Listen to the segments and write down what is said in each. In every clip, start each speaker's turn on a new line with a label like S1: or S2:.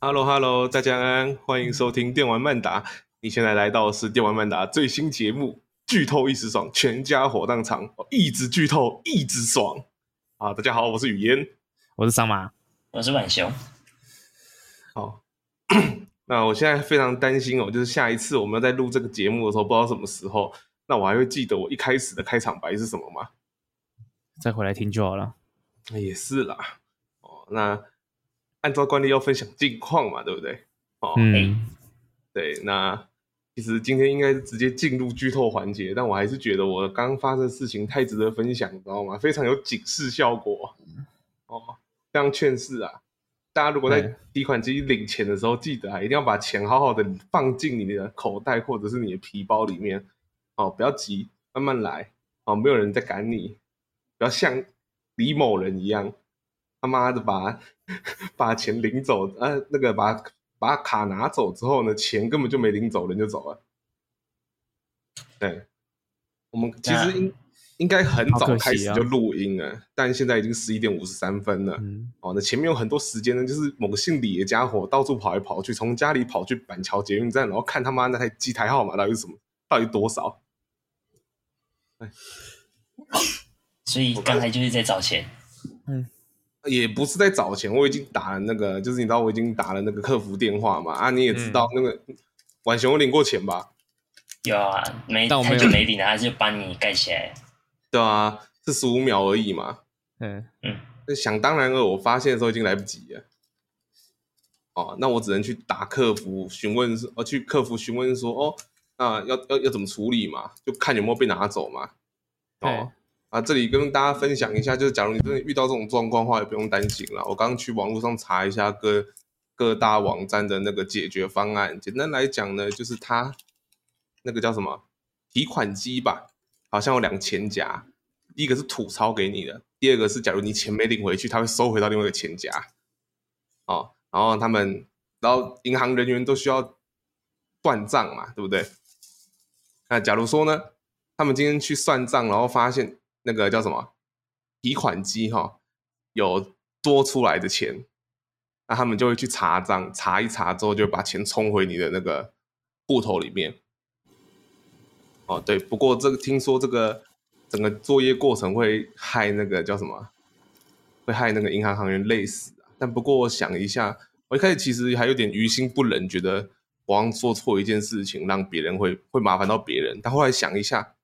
S1: Hello Hello，大家安，欢迎收听电玩曼达。你现在来到的是电玩曼达最新节目《剧透一时爽》，全家火葬场，哦一直剧透，一直爽啊！大家好，我是雨嫣。
S2: 我是桑麻，
S3: 我是晚雄，
S1: 好，那我现在非常担心哦，就是下一次我们在录这个节目的时候，不知道什么时候，那我还会记得我一开始的开场白是什么吗？
S2: 再回来听就好了。
S1: 也是啦，哦，那按照惯例要分享近况嘛，对不对？哦，
S2: 嗯，
S1: 对，那其实今天应该是直接进入剧透环节，但我还是觉得我刚刚发生的事情太值得分享，你知道吗？非常有警示效果。哦，这样劝世啊，大家如果在
S2: 对
S1: 提款机领钱的时候，记得啊，一定要把钱好好的放进你的口袋或者是你的皮包里面。哦，不要急，慢慢来。哦，没有人在赶你，不要像李某人一样，他妈的把把钱领走，呃，那个把把卡拿走之后呢，钱根本就没领走，人就走了。对，我们其实应应该很
S2: 好
S1: 早
S2: 可
S1: 开
S2: 惜
S1: 始
S2: 啊
S1: 就录音了，但现在已经十一点五十三分了。
S2: 嗯，
S1: 哦，那前面有很多时间呢，就是某个姓李的家伙到处跑来跑去，从家里跑去板桥捷运站，然后看他妈那台机台号码到底是什么，到底多少。
S3: 所以刚才就是在找钱，
S1: 也不是在找钱，我已经打了那个，就是你知道我已经打了那个客服电话嘛，啊，你也知道那个、晚熊有领过钱吧？
S3: 有啊，没
S2: 但我没
S3: 太
S2: 有
S3: 久没领了，他就帮你盖起来，
S1: 对啊，是十五秒而已嘛。
S2: 对，
S1: 那想当然了，我发现的时候已经来不及了。哦，那我只能去打客服询问，呃，去客服询问说，哦，那要要要怎么处理嘛？就看有没有被拿走嘛。
S2: 对
S1: 哦，啊，这里跟大家分享一下，就是假如你真的遇到这种状况的话，也不用担心了。我刚刚去网络上查一下各各大网站的那个解决方案，简单来讲呢，就是它那个叫什么提款机吧，好像有两个钱夹，第一个是吐槽给你的，第二个是假如你钱没领回去，他会收回到另外一个钱夹。哦，然后他们，然后银行人员都需要算账嘛，对不对？那假如说呢，他们今天去算账，然后发现那个叫什么提款机哈、有多出来的钱，那他们就会去查账，查一查之后就把钱充回你的那个户头里面。哦，对，不过这个听说这个整个作业过程会害那个叫什么，会害那个银行行员累死啊。但不过我想一下，我一开始其实还有点于心不忍，觉得我好像做错一件事情，让别人会会麻烦到别人。但后来想一下，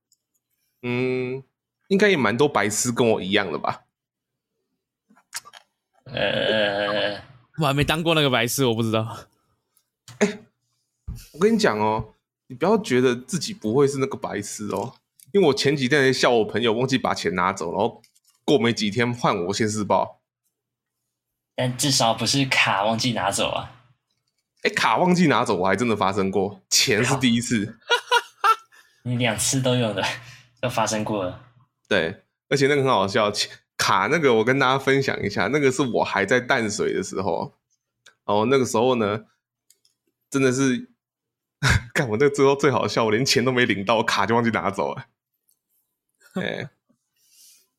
S1: 嗯，应该也蛮多白痴跟我一样的吧。
S3: 呃，
S2: 我还没当过那个白痴，我不知道。
S1: 我跟你讲哦，你不要觉得自己不会是那个白痴哦，因为我前几天还笑我朋友忘记把钱拿走，然后过没几天换我先施报，
S3: 但至少不是卡忘记拿走啊，
S1: 哎，卡忘记拿走，我还真的发生过，钱是第一次，
S3: 你两次都有的， 都发生过了，
S1: 对，而且那个很好笑，钱卡那个我跟大家分享一下，那个是我还在淡水的时候，哦，那个时候呢，真的是， 干我那个之后最好笑，我连钱都没领到，我卡就忘记拿走了，哎、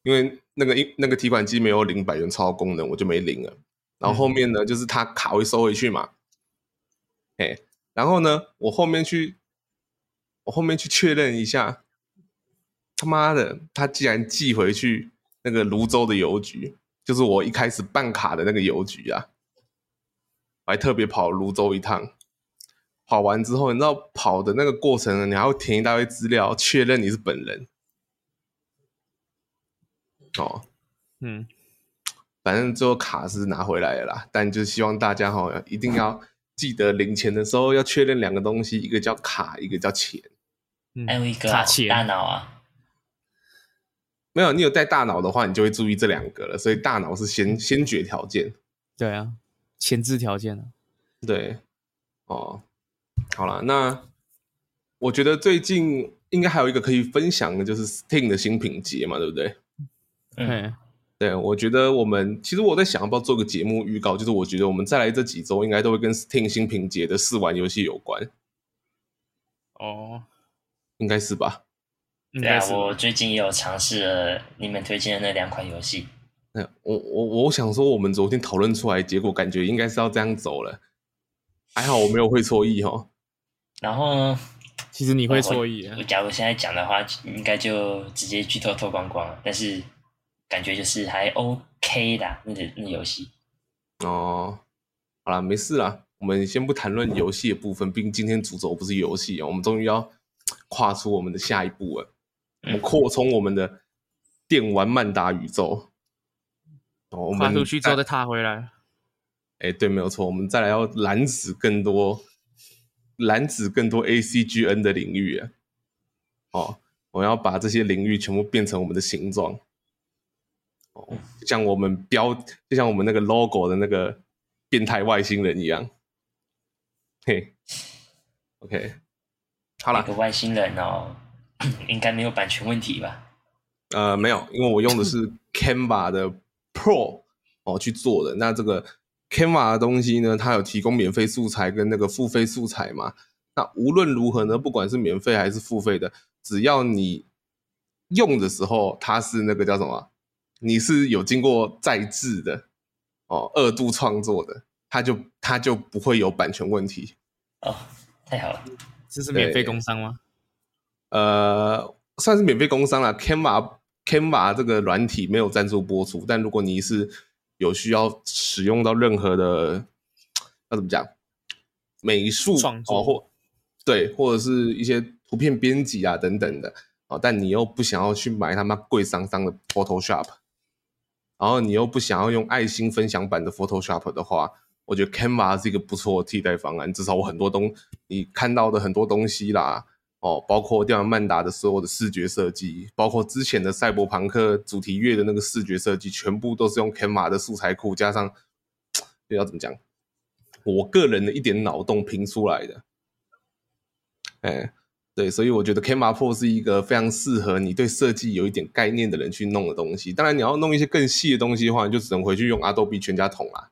S1: 因为那个一那个提款机没有领百元钞功能，我就没领了。然后后面呢，就是他卡会收回去嘛，哎、然后呢，我后面去，我后面去确认一下，他妈的，他既然寄回去那个泸州的邮局，就是我一开始办卡的那个邮局啊，我还特别跑泸州一趟。跑完之后，你知道跑的那个过程呢，你还要填一大堆资料，确认你是本人。哦，
S2: 嗯，
S1: 反正最后卡是拿回来了啦，但就希望大家哈、一定要记得领钱的时候要确认两个东西，一个叫卡，一个叫钱。
S2: 嗯
S3: 还有一个
S2: 卡
S3: 啊
S2: 钳
S3: 大脑啊，
S1: 没有，你有带大脑的话，你就会注意这两个了，所以大脑是先先决条件。
S2: 对啊，前置条件啊，
S1: 对，哦，好了，那我觉得最近应该还有一个可以分享的，就是 Steam 的新品节嘛，对不对？
S3: 嗯，
S2: 嘿，
S1: 对，我觉得我们其实我在想要不要做个节目预告，就是我觉得我们再来这几周应该都会跟 Steam 新品节的试玩游戏有关，
S2: 哦，
S1: 应该是吧？
S2: 应
S3: 对啊
S2: 该，是
S3: 我最近也有尝试了你们推荐的那两款游戏，
S1: 那我我我想说，我们昨天讨论出来，结果感觉应该是要这样走了。还好我没有会错意哦。
S3: 然后呢，
S2: 其实你
S3: 你
S2: 会错意啊
S3: 我。，我假如现在讲的话，应该就直接剧透透光光了。但是感觉就是还 OK 的，那个那游戏。
S1: 哦，好啦，没事啦，我们先不谈论游戏的部分，毕竟今天主轴不是游戏哦，我们终于要跨出我们的下一步了，我
S2: 嗯
S1: 们扩充我们的电玩曼达宇宙。哦，我们
S2: 发出去之后再踏回来。
S1: 哎，对，没有错，我们再来要染指更多，染指更多 ACGN 的领域啊。哦，我要把这些领域全部变成我们的形状。哦，就像我们标，就像我们那个 logo 的那个变态外星人一样。嘿，OK，好
S3: 那
S1: 了
S3: 个，外星人哦， 应该没有版权问题吧？
S1: 呃，没有，因为我用的是 Canva 的 Pro 哦去做的。那这个 Canva 的东西呢，它有提供免费素材跟那个付费素材嘛。那无论如何呢，不管是免费还是付费的，只要你用的时候，它是那个叫什么啊？你是有经过再制的哦，二度创作的，它就它就不会有版权问题。
S3: 哦，太好了，
S2: 这是免
S1: 对
S2: 费工商吗？
S1: 呃，算是免费工商啦。Canva Canva 这个软体没有赞助播出，但如果你是有需要使用到任何的，要怎么讲，美术
S2: 创作
S1: 哦、或对，或者是一些图片编辑啊等等的哦，但你又不想要去买他妈贵桑桑的 Photoshop，然后你又不想要用爱心分享版的 Photoshop 的话，我觉得 Canva 是一个不错的替代方案。至少我很多东你看到的很多东西啦，哦，包括电玩曼达的所有的视觉设计，包括之前的赛博朋克主题乐的那个视觉设计，全部都是用 Canva 的素材库加上，要怎么讲，我个人的一点脑洞拼出来的。哎，对，所以我觉得 Canva Pro 是一个非常适合你对设计有一点概念的人去弄的东西。当然，你要弄一些更细的东西的话，你就只能回去用 Adobe 全家桶啦。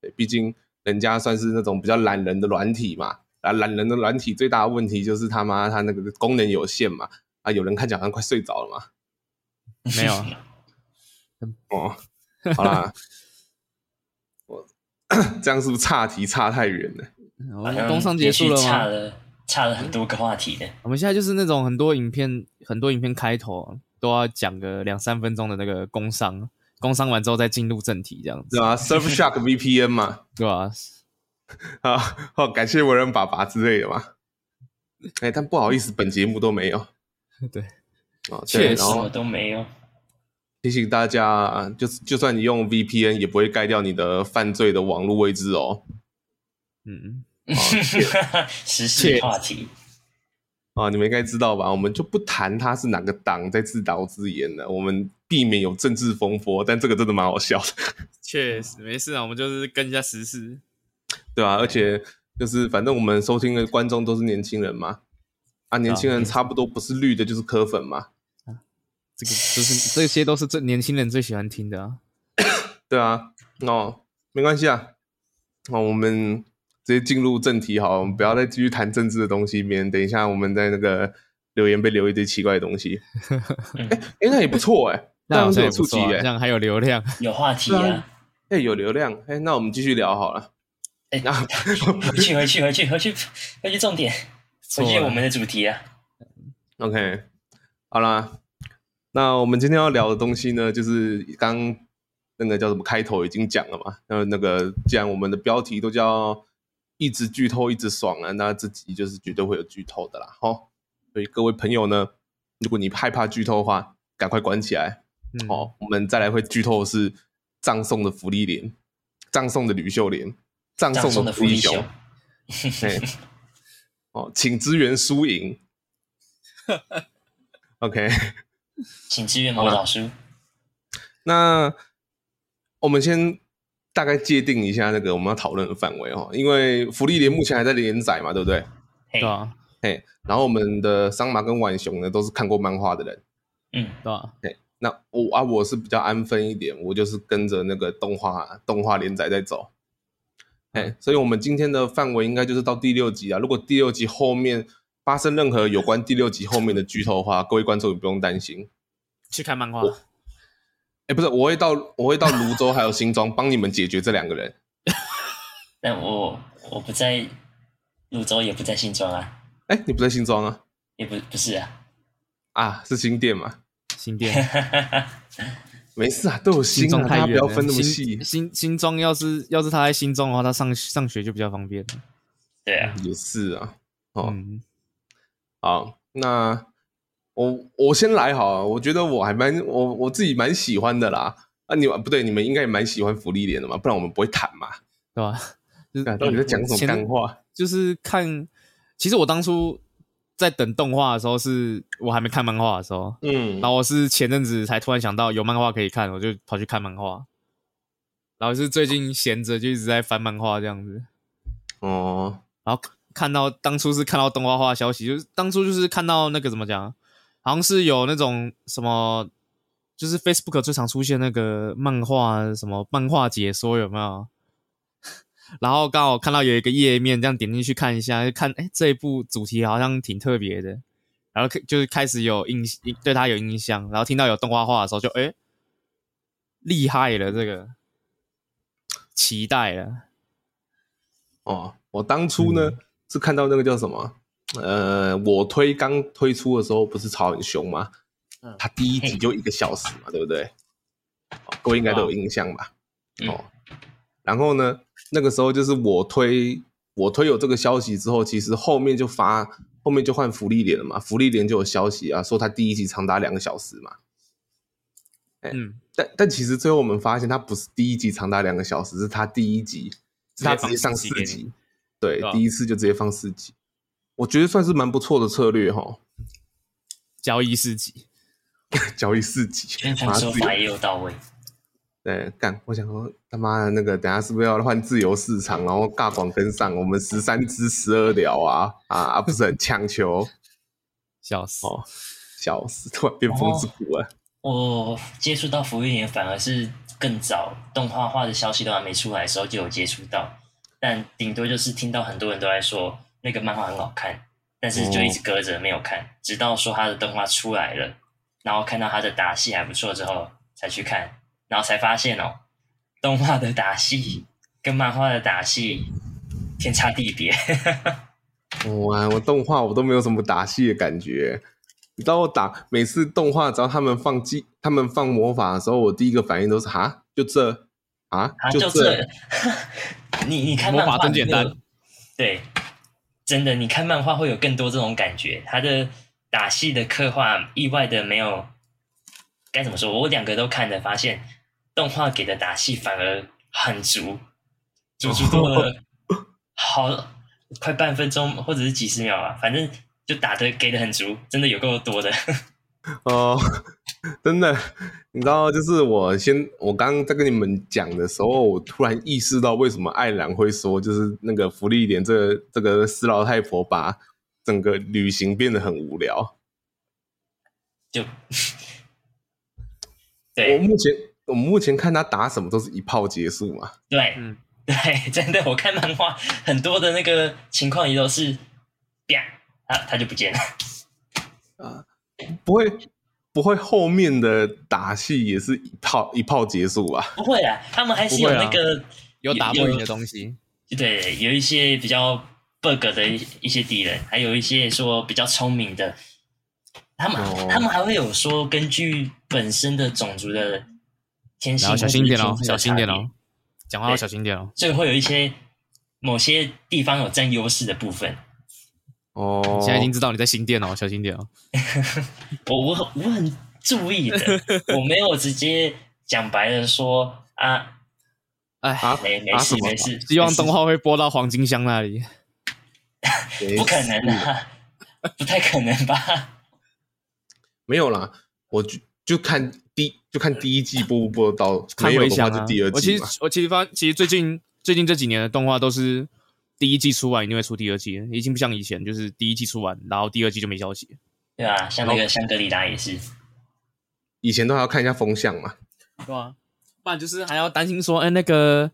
S1: 对，毕竟人家算是那种比较懒人的软体嘛。啊，懒人的软体最大的问题就是他妈它那个功能有限嘛。啊，有人看起来好像快睡着了嘛。
S2: 没 有啊
S1: 哦，好 啦，我 这样是不是岔题岔太远了？
S2: 我
S3: 好
S2: 们
S3: 像
S2: 哦工商结束了
S3: 连续差
S2: 吗？
S3: 了差了很多个话题的。
S2: 我们现在就是那种很多影片，很多影片开头啊都要讲个两三分钟的那个工商，工商完之后再进入正题，这样
S1: 对啊吧、
S2: 子，
S1: s u r f s h a r k VPN 嘛，
S2: 对吧？
S1: 啊，哦，感谢文人爸爸之类的嘛。哎，但不好意思，本节目都没有。
S2: 对，
S1: 哦，
S2: 确
S1: 对，
S2: 实
S1: 然
S3: 什么
S1: 后
S3: 都没有。
S1: 提醒大家，啊，就是就算你用 VPN，也不会盖掉你的犯罪的网络位置哦。
S2: 嗯，
S3: 时事话题，
S1: 啊，你们应该知道吧？我们就不谈他是哪个党在自导自演了，我们避免有政治风波。但这个真的蛮好笑的，
S2: 确实没事啊，我们就是跟一下时事。
S1: 对吧、而且就是反正我们收听的观众都是年轻人嘛，啊，年轻人差不多不是绿的就是柯粉嘛，
S2: 这个就是这些都是最年轻人最喜欢听的啊。
S1: 对啊，哦，没关系啊，那、我们直接进入正题好了，我们不要再继续谈政治的东西，免得等一下我们在那个留言被留一堆奇怪的东西。
S3: 嗯，
S1: 哎、那也不错哎、
S2: 那好
S1: 这
S2: 像也
S1: 样子
S2: 不
S1: 有触及
S2: 错、啊，
S1: 哎、
S2: 这样还有 流量。
S3: 有话题
S1: 对
S3: 啊
S1: 啊。哎、有流量，哎、那我们继续聊好了。
S3: 哎
S1: 那
S3: 回去回去回去回去回去重点，回去我们的主题啊。
S1: OK，好啦，那我们今天要聊的东西呢，就是刚那个叫什么开头已经讲了嘛。那那个既然我们的标题都叫一直剧透一直爽啊，那这集就是绝对会有剧透的啦。吼，所以各位朋友呢，如果你害怕剧透的话，赶快关起来。
S2: 嗯，
S1: 哦，我们再来会剧透的是葬送的福利莲，葬送的吕秀莲，葬
S3: 葬送
S1: 送的
S3: 的福
S1: 福
S3: 利
S1: 利
S3: 熊
S1: 熊。对，哦，请支援输赢。OK，
S3: 请支援某老师。
S1: 那我们先大概界定一下那个我们要讨论的范围哦，因为福利连目前还在连载嘛，对不对？
S3: 嘿
S2: 对，啊，
S1: 嘿，然后我们的桑麻跟浣熊呢都是看过漫画的人，
S3: 嗯，
S2: 对啊，
S1: 那我啊我是比较安分一点，我就是跟着那个动画动画连载在走。哎，所以我们今天的范围应该就是到第六集啊。如果第六集后面发生任何有关第六集后面的剧透的话，各位观众也不用担心。
S2: 去看漫画。
S1: 哎，不是，我会到我会到泸州还有新庄帮你们解决这两个人。
S3: 但我我不在泸州也不在新庄啊，
S1: 哎，你不在新庄啊？
S3: 也不不是啊，
S1: 啊，是新店嘛？
S2: 新 店
S1: 没事啊，都有新
S2: 庄
S1: 啊，
S2: 太
S1: 大家
S2: 远
S1: 不
S2: 了，
S1: 要分那么
S2: 新
S1: 细。
S2: 新新庄要是要是他在新庄的话，他上上学就比较方便。
S3: 对啊，
S1: 也是啊，哦
S2: 嗯，
S1: 好，那我我先来好了，我觉得我还蛮我我自己蛮喜欢的啦。啊你，不对，你们应该也蛮喜欢福利莲的嘛，不然我们不会谈嘛。
S2: 对吧？就是
S1: 啊到底在讲什么
S2: 前
S1: 干话？
S2: 就是看，其实我当初在等动画的时候是，我还没看漫画的时候，
S1: 嗯
S2: 然，后我是前阵子才突然想到有漫画可以看，我就跑去看漫画。然后是最近闲着就一直在翻漫画这样子，
S1: 哦，
S2: 然后看到当初是看到动画化的消息，就是当初就是看到那个怎么讲，好像是有那种什么，就是 Facebook 最常出现那个漫画什么漫画解说有没有？ 然后刚好看到有一个页面，这样点进去看一下，就看哎这一部主题好像挺特别的，然后开就是开始有印印对它有印象，然后听到有动画化的时候就哎厉害了这个期待了，
S1: 哦，我当初呢、是看到那个叫什么，呃，我推刚推出的时候不是吵很凶吗
S2: 嗯？
S1: 它第一集就一个小时嘛，对不对？哦各位应该都有印象吧？
S3: 嗯
S1: 哦，然后呢，那个时候就是我推我推有这个消息之后，其实后面就发后面就换福利连了嘛，福利连就有消息啊，说它第一集长达两个小时嘛。
S2: 嗯，
S1: 但但其实最后我们发现，它不是第一集长达两个小时，是它第一集，是它直接上四
S2: 直接放四集给
S1: 集
S2: 你，
S1: 对
S2: 对，吧
S1: 第一次就直接放四集，我觉得算是蛮不错的策略哈，
S2: 交易市集。
S1: 交易四集，
S3: 宣传
S1: 把它
S3: 手
S1: 自由
S3: 法也有到位，
S1: 对干，我想说他妈的那个，等下是不是要换自由市场，然后尬广跟上，我们十三支十二聊啊啊啊，不是很呛球
S2: 笑死！
S1: 哦，笑死，突然变风之谷了，
S3: 我接触到福利连反而是更早，动画化的消息都还没出来的时候就有接触到，但顶多就是听到很多人都在说那个漫画很好看，但是就一直搁着没有看，直到说他的动画出来了，然后看到他的打戏还不错之后才去看，然后才发现哦，动画的打戏跟漫画的打戏天差地别。
S1: 我、啊我动画我都没有什么打戏的感觉。你知道我打每次动画，只要他们放技，他们放魔法的时候，我第一个反应都是哈，就这啊
S3: 啊，，
S1: 就
S3: 就这。 你你看
S2: 魔
S3: 漫
S2: 法
S3: 画
S2: 真
S3: 你
S2: 简
S3: 会有
S2: 单。
S3: 对，真的，你看漫画会有更多这种感觉。他的打戏的刻画意外的没有，该怎么说？我两个都看了，发现动画给的打戏反而很足，足足多了 好快半分钟或者是几十秒吧，反正就打的给的很足，真的有够多的。
S1: 哦， 真的，你知道，就是我先，我刚刚在跟你们讲的时候，我突然意识到为什么艾兰会说，就是那个福利点这个这个死老太婆把整个旅行变得很无聊。
S3: 就
S1: 我
S3: 对
S1: 目前我目前看她打什么都是一炮结束嘛。
S3: 对，
S2: 嗯，
S3: 对，真的，我看漫画很多的那个情况也都是，啪，啊，他就 不见了。
S1: 不会不会后面的打戏也是一炮一炮结束吧？
S3: 不会啦，他们还是
S2: 不
S3: 有
S2: 会啊
S3: 那个，
S2: 有打不赢的东西，
S3: 对，有一些比较 bug 的一一些敌人，还有一些说比较聪明的，他们、
S1: 哦
S3: 他们还会有说根据本身的种族的天性，
S2: 然后小心一点哦，
S3: 或者是天生的
S2: 小心一点
S3: 差别
S2: 哦，讲话要小心一点哦。
S3: 所以会有一些某些地方有占优势的部分。
S1: 哦，
S2: 现在已经知道你在新店哦，小心点哦。
S3: 我我很我很注意的，我没有直接讲白了说啊，
S2: 哎，
S1: 啊
S3: 没没
S1: 啊什
S3: 事
S1: 么
S3: 没事，
S2: 希望
S3: 没事
S2: 动画会播到黄金箱那 里。
S3: 不可能啊，不太可能吧？
S1: 没有啦，我就就看第就看第一季播不播得到，
S2: 看
S1: 没有
S2: 回
S1: 的
S2: 想
S1: 话
S2: 啊
S1: 就第二，
S2: 我其
S1: 季
S2: 实
S1: 嘛。
S2: 我其实发，其实最近最近这几年的动画都是第一季出完一定会出第二季，已经不像以前就是第一季出完，然后第二季就没消息。
S3: 对啊，像那
S1: 哦
S3: 个香格里拉也是，
S1: 以前都还要看一下风向嘛。
S2: 对啊，不然就是还要担心说，哎，那个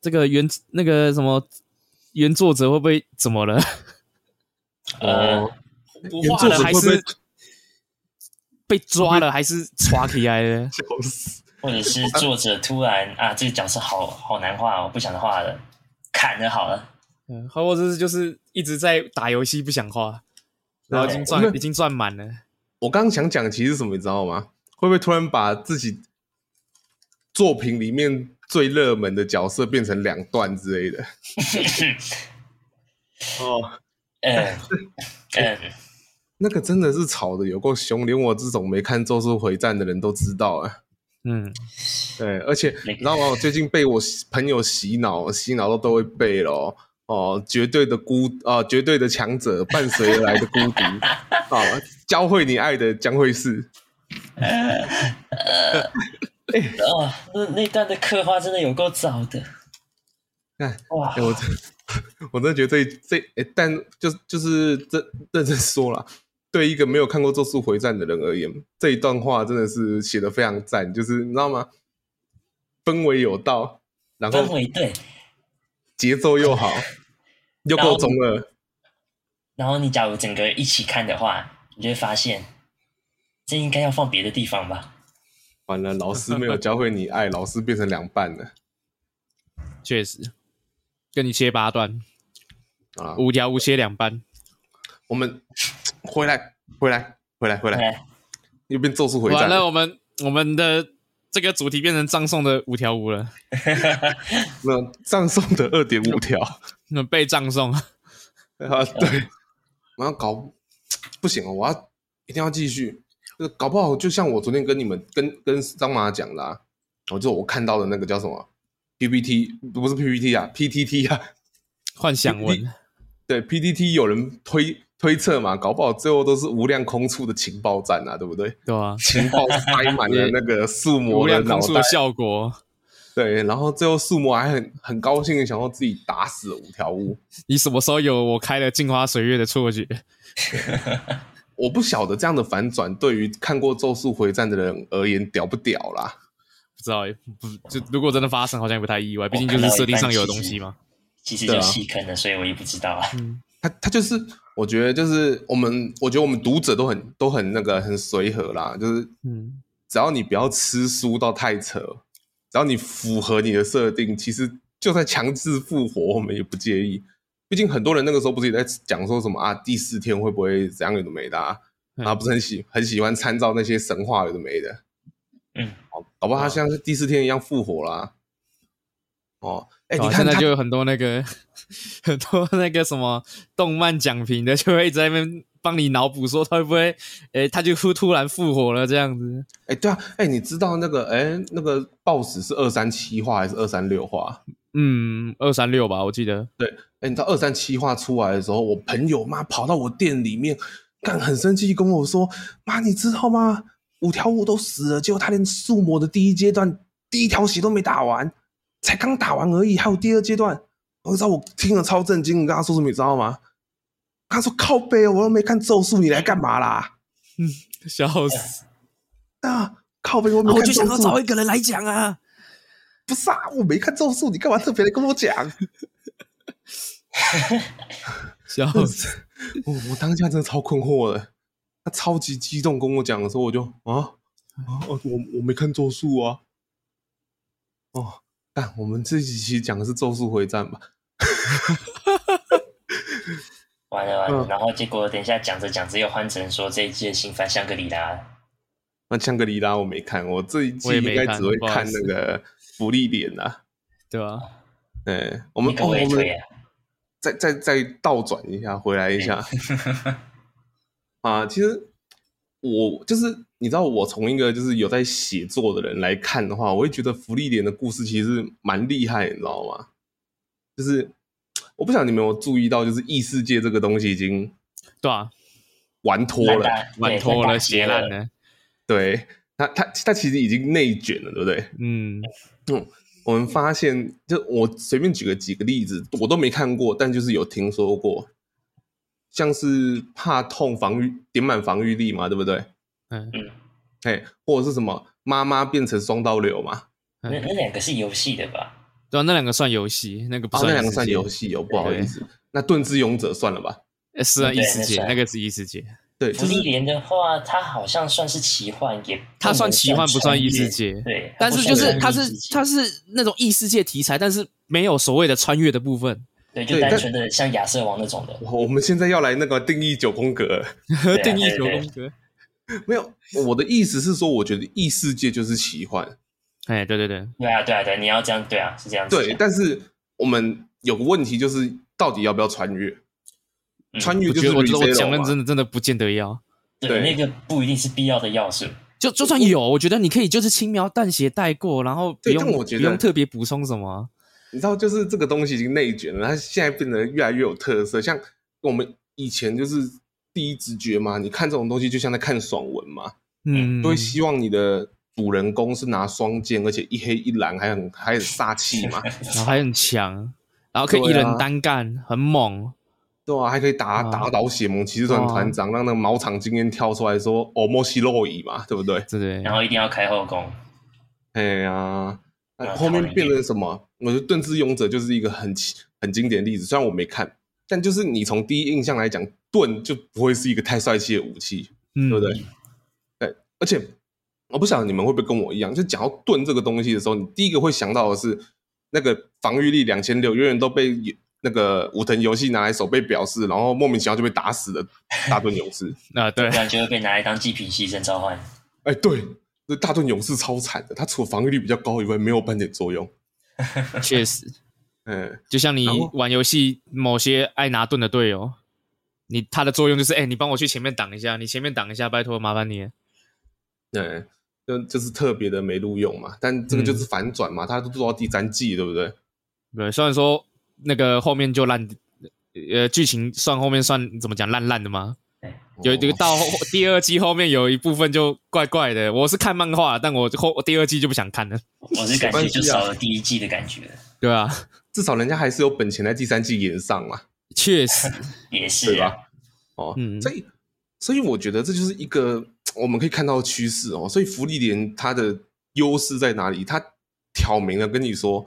S2: 这个原那个什么原作者会不会怎么了？
S3: 呃
S1: 哦，，
S2: 不
S1: 原
S2: 画
S1: 作
S2: 了
S1: 者
S2: 还
S1: 会不会
S2: 是被抓了还是抓起来了？
S1: 笑 死？
S3: 或者是作者突然啊，这个角色好好难画哦，我不想画了，砍了好了。
S2: 嗯，或者是就是一一直在打游戏不讲话，然后已经
S1: 对
S2: 赚已经赚满了。
S1: 我刚刚想讲其实是什么，你知道吗？会不会突然把自己作品里面最热门的角色变成两段之 类的？哦，
S3: 嗯 嗯，
S1: 那个真的是吵的有够凶，连我这种没看《咒术回战》的人都知道啊。
S2: 嗯，
S1: 对，而且
S3: 那个
S1: 你知道吗？我最近被我朋友洗脑，洗脑到都会背了哦。哦，绝对的孤啊、绝对的强者，伴随而来的孤独啊，教会你爱的将会是。
S3: 哦，那那段的刻画真的有够早的
S1: 哎，
S3: 哇
S1: 哎、！我真 我真的觉得这一这哎、但就是就是这认真说了，对一个没有看过《咒术回战》的人而言，这一段话真的是写的非常赞，就是你知道吗？氛围有道，然
S3: 氛
S1: 后
S3: 围对，
S1: 节奏又 好，又
S3: 然后
S1: 够中二。
S3: 然后你假如整个一起看的话，你就会发现，这应该要放别的地方吧？
S1: 完了，老师没有教会你爱，老师变成两半了
S2: 确实，跟你切八段，
S1: 啊！
S2: 五条五切两半。
S1: 我们回来，回来，回来，回来，
S3: 对，
S1: 又变咒术回
S2: 哎完
S1: 战
S2: 了，啊我们我们的这个主题变成葬送的五条悟了，
S1: 那葬送的二点五 条
S2: 那被葬送。哎
S1: 啊！对，我要搞不行哦，我要一定要继续。就是搞不好就像我昨天跟你们跟跟张马讲的、啊，我就我看到的那个叫什么 PPT，不是 PPT 啊，PTT 啊，
S2: 幻想文，
S1: 对 PTT 有人推推测嘛，搞不好最后都是无量空处的情报战啊，对不对？
S2: 对吧、啊？
S1: 情报 塞满了那个宿
S2: 无
S1: 魔的
S2: 量
S1: 脑
S2: 空处的
S1: 袋，
S2: 效果，
S1: 对，然后最后宿魔还很很高兴的想要自己打死五条悟。
S2: 你什么时候有我开了镜花水月的错觉？
S1: 我不晓得这样的反转对于看过《咒术回战》的人而言屌不屌啦？
S2: 不知道欸，不就如果真的发生，好像也不太意外，毕竟就是设定上有东西嘛。
S3: 其实
S1: 对啊
S3: 就弃坑了，所以我也不知道啊。
S1: 他他就是，我觉得就是我们，我觉得我们读者都很都很那个很随和啦，就是
S2: 嗯，
S1: 只要你不要吃书到太扯，只要你符合你的设定，其实就算强制复活，我们也不介意。毕竟很多人那个时候不是也在讲说什么啊，第四天会不会怎样有的没的啊？
S2: 嗯
S1: 啊，不是很喜很喜欢参照那些神话有的没的。
S3: 嗯，
S1: 好，搞不好他像是第四天一样复活啦。哦，哎、
S2: 对啊
S1: 你看
S2: 现在
S1: 他
S2: 就有很多那个 很多那个什么动漫讲评的，就会一直在那边帮你脑补说他会不会，诶、他就突突然复活了这样子。
S1: 哎、对啊，哎、你知道那个哎、那个 BOSS 是二三七话还是二三六话？
S2: 嗯，二三六吧，我记得。
S1: 对，哎，你知道二三七话出来的时候，我朋友妈跑到我店里面，干很生气跟我说：“妈，你知道吗？五条悟都死了，结果他连宿魔的第一阶段第一条血都没打完，才刚打完而已，还有第二阶段。”我知道我听了超震惊，你跟他说什么你知道吗？他说：“靠背，哦我又没看咒术，你来干嘛啦？
S2: 笑死！
S1: 啊，靠背，我没看咒术，
S2: 一个人来讲啊。
S1: 不是啊，我没看咒术，你干嘛特别的跟我讲？”
S2: 笑死！
S1: 我我当下真的超困惑的，他超级激动跟我讲的时候，我就啊啊，我我没看咒术啊，哦，但我们这一期讲的是咒术回战吧？
S3: 完了完了，
S1: 嗯
S3: 然后结果等一下讲着讲着又换成说这一季的新番香格里拉了，
S1: 那香格里拉我没看，我这一季
S2: 我也
S1: 应
S2: 没
S1: 该
S2: 看
S1: 只会
S2: 不好意
S1: 看那
S2: 思
S1: 个福利点啦。
S2: 对啊吧、
S1: 对，我们
S3: 你可
S1: 哦，
S3: 不可以
S1: 我们
S3: 推啊？
S1: 再再再倒转一下，回来一下。啊，其实我就是你知道，我从一个就是有在写作的人来看的话，我会觉得福利点的故事其实蛮厉害，你知道吗？就是我不晓得你们有没有注意到，就是异世界这个东西已经
S2: 对啊，
S1: 玩脱
S3: 烂
S1: 了，
S3: 大
S2: 玩脱了，斜烂，了。
S1: 对它它它其实已经内卷了，对不对？
S2: 嗯，
S1: 我们发现，就我随便举个几个例子，我都没看过，但就是有听说过，像是怕痛防御点满防御力嘛，对不对？
S2: 嗯
S1: 哎，或者是什么妈妈变成双刀流嘛？嗯
S3: 烂大那那两个是游戏的吧？
S2: 对啊，那两个算游戏，那个不
S1: 哦，
S2: 算、
S1: 那两个算游。戏哦，不好意思，那盾之勇者算了吧？
S2: 呃是啊，
S3: 嗯对
S2: 异世界
S3: 那，算
S2: 那个是异世界，
S1: 对，
S3: 福
S1: 就是
S3: 利连的话，它好像算是奇幻，也
S2: 它算奇幻不算异世
S3: 界。
S2: 界。
S3: 对，
S2: 但是就是它
S3: 它
S2: 是它是那种异世界题材，但是没有所谓的穿越的部分，
S3: 对，就
S1: 对
S3: 单
S1: 但
S3: 纯的像亚瑟王那种的，
S1: 我们现在要来那个定义九宫格，
S3: 啊
S2: 定义
S3: 对
S2: 九
S3: 对
S2: 宫格。
S1: 没有，我的意思是说，我觉得异世界就是奇幻，
S2: 哎，对对对，
S3: 对啊，对啊，对啊，你要这样，对啊，是这样子讲。
S1: 对。但是我们有个问题就是，到底要不要穿越？
S3: 嗯
S1: 穿越
S2: 我
S1: 就
S2: 觉
S1: 是
S2: 得我觉得我
S1: ReZero
S2: 讲认
S1: 嘛
S2: 真的真的不见得要，
S3: 对
S1: 对
S3: 那个不一定是必要的要素。
S2: 就就算有，我觉得你可以就是轻描淡写带过，然后不
S1: 对
S2: 用
S1: 但我觉得哎
S2: 不用特别补充什么。
S1: 你知道，就是这个东西已经内卷了，它现在变得越来越有特色。像我们以前就是第一直觉嘛，你看这种东西就像在看爽文嘛，
S2: 嗯，
S1: 就会希望你的主人公是拿双剑，而且一黑一蓝，还很还很煞气 嘛，
S2: 然后还很强，然后可以一
S1: 对啊
S2: 人单干，很猛。
S1: 对啊，还可以打
S2: 啊
S1: 打倒血盟骑士团团长，让那个毛场今天跳出来说“哦，莫西洛伊”嘛，对不对？
S2: 对对
S3: 然后一定要开后宫，
S1: 哎呀，
S3: 啊
S1: 那后
S3: 讨
S1: 面
S3: 厌
S1: 变成什么？我觉得《盾之勇者》就是一个很奇很经典的例子，虽然我没看，但就是你从第一印象来讲，盾就不会是一个太帅气的武器，
S2: 嗯，
S1: 对不对？对，而且我不晓得你们会不会跟我一样，就讲到盾这个东西的时候，你第一个会想到的是那个防御力两千六，永远都被那个武藤游戏拿来手背表示，然后莫名其妙就被打死的大盾勇士。
S2: 啊，对
S3: 不，然就会被拿来当祭品牺牲召唤。
S1: 哎，对，那大盾勇士超惨的，他除了防御力比较高以外，没有半点作用。
S2: 确实，
S1: 嗯，
S2: 就像你
S1: 然后
S2: 玩游戏某些爱拿盾的队友，你他的作用就是，哎，你帮我去前面挡一下，你前面挡一下，拜托，麻烦你。
S1: 对，就就是特别的没录用嘛。但这个就是
S2: 嗯
S1: 反转嘛，他都做到第三季，对不对？
S2: 对，虽然说那个后面就烂，呃，剧情算后面算怎么讲烂烂的吗？有
S1: 哦
S2: 有到后第二季后面有一部分就怪怪的，我是看漫画，但我后我第二季就不想看了。
S3: 我是感觉就少了第一季的感觉，
S2: 对啊，
S1: 至少人家还是有本钱在第三季演上嘛。
S2: 确实，
S3: 也是
S1: 对
S3: 啊
S1: 吧，哦，
S2: 嗯
S1: 所以所以我觉得这就是一个我们可以看到的趋势哦。所以福利连它的优势在哪里？它挑明了跟你说，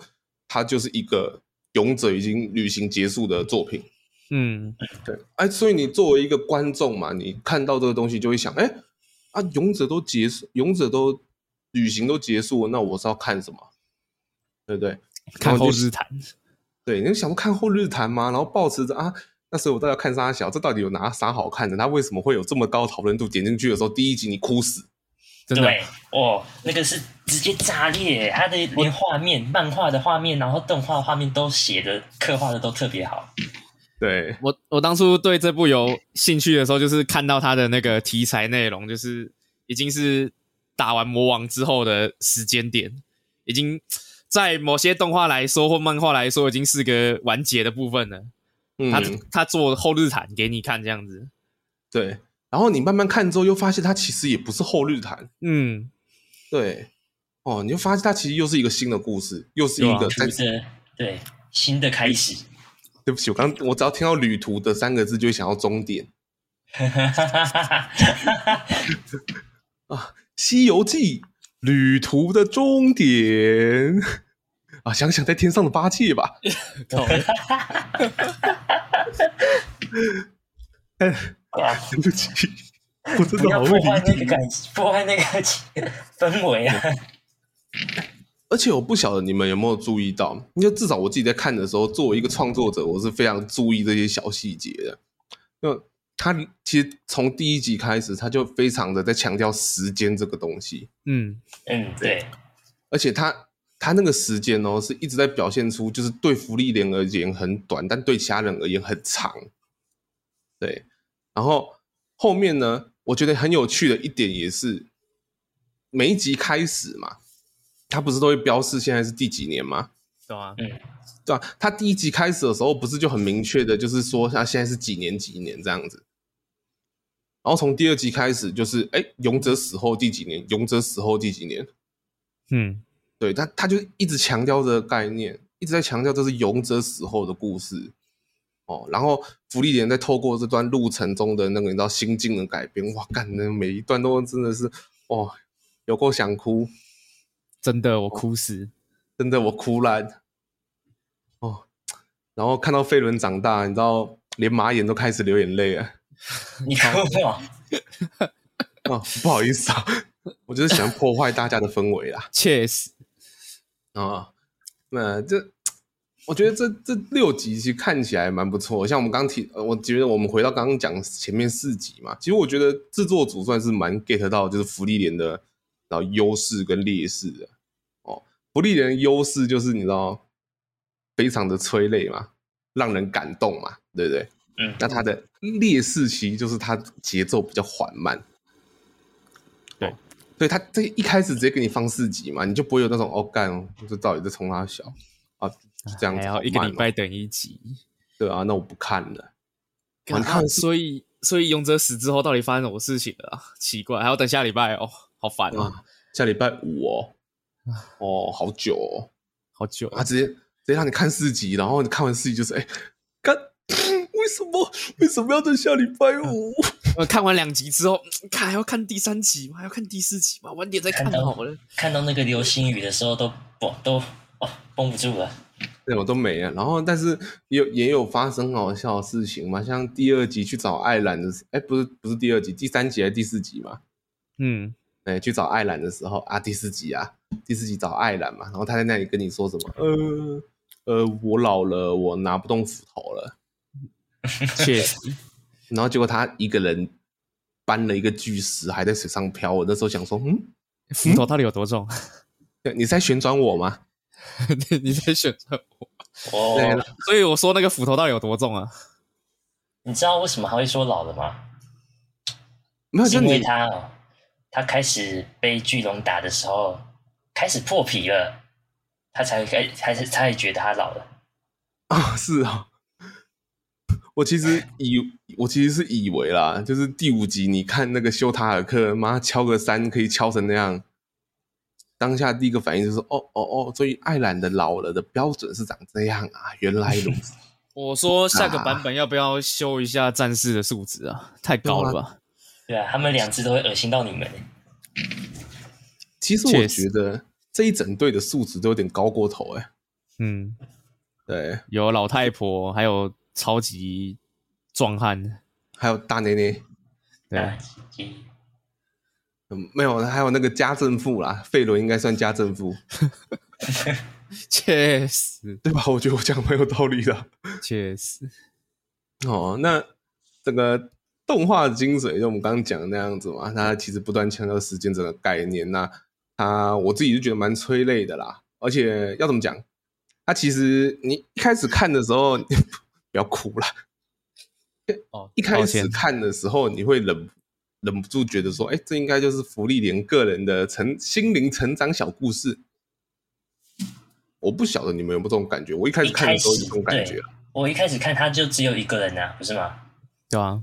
S1: 它就是一个勇者已经旅行结束的作品。
S2: 嗯，
S1: 对，哎，所以你作为一个观众嘛，你看到这个东西就会想，哎，啊，勇者都结束，勇者都旅行都结束了，那我是要看什么？对不对？
S2: 看
S1: 然后
S2: 后
S1: 哦就
S2: 日谈，
S1: 对，你就想说看后日谈吗？然后抱持着啊，那时候我到底要看啥小，这到底有哪啥好看的？它为什么会有这么高讨论度？点进去的时候，第一集你哭死，
S2: 真的
S3: 对，哦，那个是直接炸裂，它的连画面、漫画的画面，然后动画画面都写的、刻画的都特别好。
S1: 对，
S2: 我我当初对这部有兴趣的时候，就是看到它的那个题材内容，就是已经是打完魔王之后的时间点，已经在某些动画来说或漫画来说，已经是个完结的部分了。
S1: 嗯
S2: 他，他做后日谈给你看这样子，
S1: 对。然后你慢慢看之后，又发现它其实也不是后日谈，
S2: 嗯，
S1: 对，哦，你就发现它其实又是一个新的故事，又是一
S2: 对
S1: 个
S2: 啊
S1: 在
S3: 图的对新的开始，
S1: 对不起，我刚我只要听到“旅途”的三个字，就会想到终点。 《西游记》旅途的终点啊，想想在天上的八戒吧。对不起，我真
S3: 不
S1: 的
S3: 要
S1: 好
S3: 破
S1: 会
S3: 坏那
S1: 理解。
S3: 个感，破坏那个氛围啊！
S1: 而且我不晓得你们有没有注意到，因为至少我自己在看的时候，作为一个创作者，我是非常注意这些小细节的。那他其实从第一集开始，他就非常的在强调时间这个东西。
S2: 嗯，
S3: 嗯，对，
S1: 而且他他那个时间哦，是一直在表现出，就是对福利连而言很短，但对其他人而言很长。对，然后后面呢，我觉得很有趣的一点也是，每一集开始嘛，他不是都会标示现在是第几年吗？
S2: 懂啊，
S1: 对吧、他第一集开始的时候，不是就很明确的，就是说他现在是几年几年这样子。然后从第二集开始，就是哎，勇者死后第几年，勇者死后第几年，
S2: 嗯，
S1: 对，他他就一直强调这个概念，一直在强调这是勇者死后的故事哦。然后福利连在透过这段路程中的那个你知道心境的改变，哇，干那每一段都真的是哦，有够想哭，
S2: 真的我
S1: 哦
S2: 哭死，
S1: 真的我哭烂哦。然后看到飞轮长大，你知道连马眼都开始流眼泪了。
S3: 你看我，
S1: 哦，不好意思啊，我就是想啊破坏大家的氛围啦。
S2: 确实，
S1: 啊、那这我觉得这这六集其实看起来蛮不错，像我们刚提，呃我觉得我们回到刚刚讲前面四集嘛，其实我觉得制作组算是蛮 get 到就是福利连的然后优势跟劣势的哦。福利连的优势就是你知道非常的催泪嘛，让人感动嘛，对不对？
S3: 嗯，
S1: 那它的劣势其实就是它节奏比较缓慢，
S2: 对
S1: 哦，所以它这一开始直接给你放四集嘛，你就不会有那种哦干，这到底在冲他小啊，就这样子
S2: 还
S1: 好慢、哦、
S2: 哎要一个礼拜等一集。
S1: 对啊，那我不看了。哇
S2: 干
S1: 你看
S2: 啊所以所以勇者死之后到底发生什么事情了啊？奇怪，还要等下礼拜哦，好烦啊，
S1: 啊，下礼拜五哦，哦，好久哦，
S2: 好久
S1: 他
S2: 啊，
S1: 直接直接让你看四集，然后你看完四集就是哎，干、为什么为什么要在下礼拜五？
S2: 呃看完两集之后，嗯看还要看第三集吗？还要看第四集吗？晚点再看
S3: 看到
S2: 好了。
S3: 看到那个流星雨的时候都绷都哦绷不住了。
S1: 对，我都没了。然后，但是也有也有发生很好笑的事情嘛，像第二集去找艾兰的时，哎，不是不是第二集，第三集还是第四集嘛？
S2: 嗯，
S1: 哎，去找艾兰的时候啊，第四集啊，第四集找艾兰嘛，然后他在那里跟你说什么？呃呃，我老了，我拿不动斧头了。嗯
S2: 确实，
S1: 然后结果他一个人搬了一个巨石，还在水上漂。我那时候想说，嗯，
S2: 斧头到底有多重？
S1: 你是在旋转我吗？
S2: 你你在选择我，
S3: 哦，
S1: 对了，
S2: 所以我说那个斧头到底有多重啊？
S3: 你知道为什么他会说老了吗？
S1: 没有，
S3: 是
S1: 就
S3: 因为
S1: 你
S3: 他哦，他开始被巨龙打的时候开始破皮了，他才开才是他也觉得他老了。
S1: 啊，是啊、我其实以我其实是以为啦，就是第五集你看那个修塔尔克，妈敲个三可以敲成那样，当下第一个反应就是哦哦哦，所以艾兰的老了的标准是长这样啊，原来如此。
S2: 我说下
S1: 啊
S2: 个版本要不要修一下战士的数值啊？太高了吧？
S3: 对啊，他们两只都会恶心到你们。
S1: 其实
S2: 确
S1: 我
S2: 实
S1: 觉得这一整队的素质都有点高过头哎、
S2: 嗯，
S1: 对，
S2: 有老太婆，还有超级壮汉，
S1: 还有大内内，
S3: 啊
S1: 哎
S2: 对，
S3: 鸡
S1: 嗯，没有，还有那个家政妇啦，费伦应该算家政妇，
S2: 确实，
S1: 对吧？我觉得我讲蛮有道理的。
S2: 确实，
S1: 哦，那这个动画的精髓，就我们刚刚讲的那样子嘛，它其实不断强调时间这个概念。那它我自己就觉得蛮催泪的啦，而且要怎么讲？它其实你一开始看的时候， 你不要哭啦。
S2: 哦，
S1: 一开
S2: 抱
S1: 始
S2: 歉
S1: 看的时候，你会忍忍不住觉得说，哎，这应该就是福利连个人的成心灵成长小故事。我不晓得你们有没有这种感觉，我一开始
S3: 一
S1: 看的
S3: 开
S1: 时候
S3: 始
S1: 有这种感觉
S3: 对。我一开始看他就只有一个人啊，不是吗？
S2: 对啊，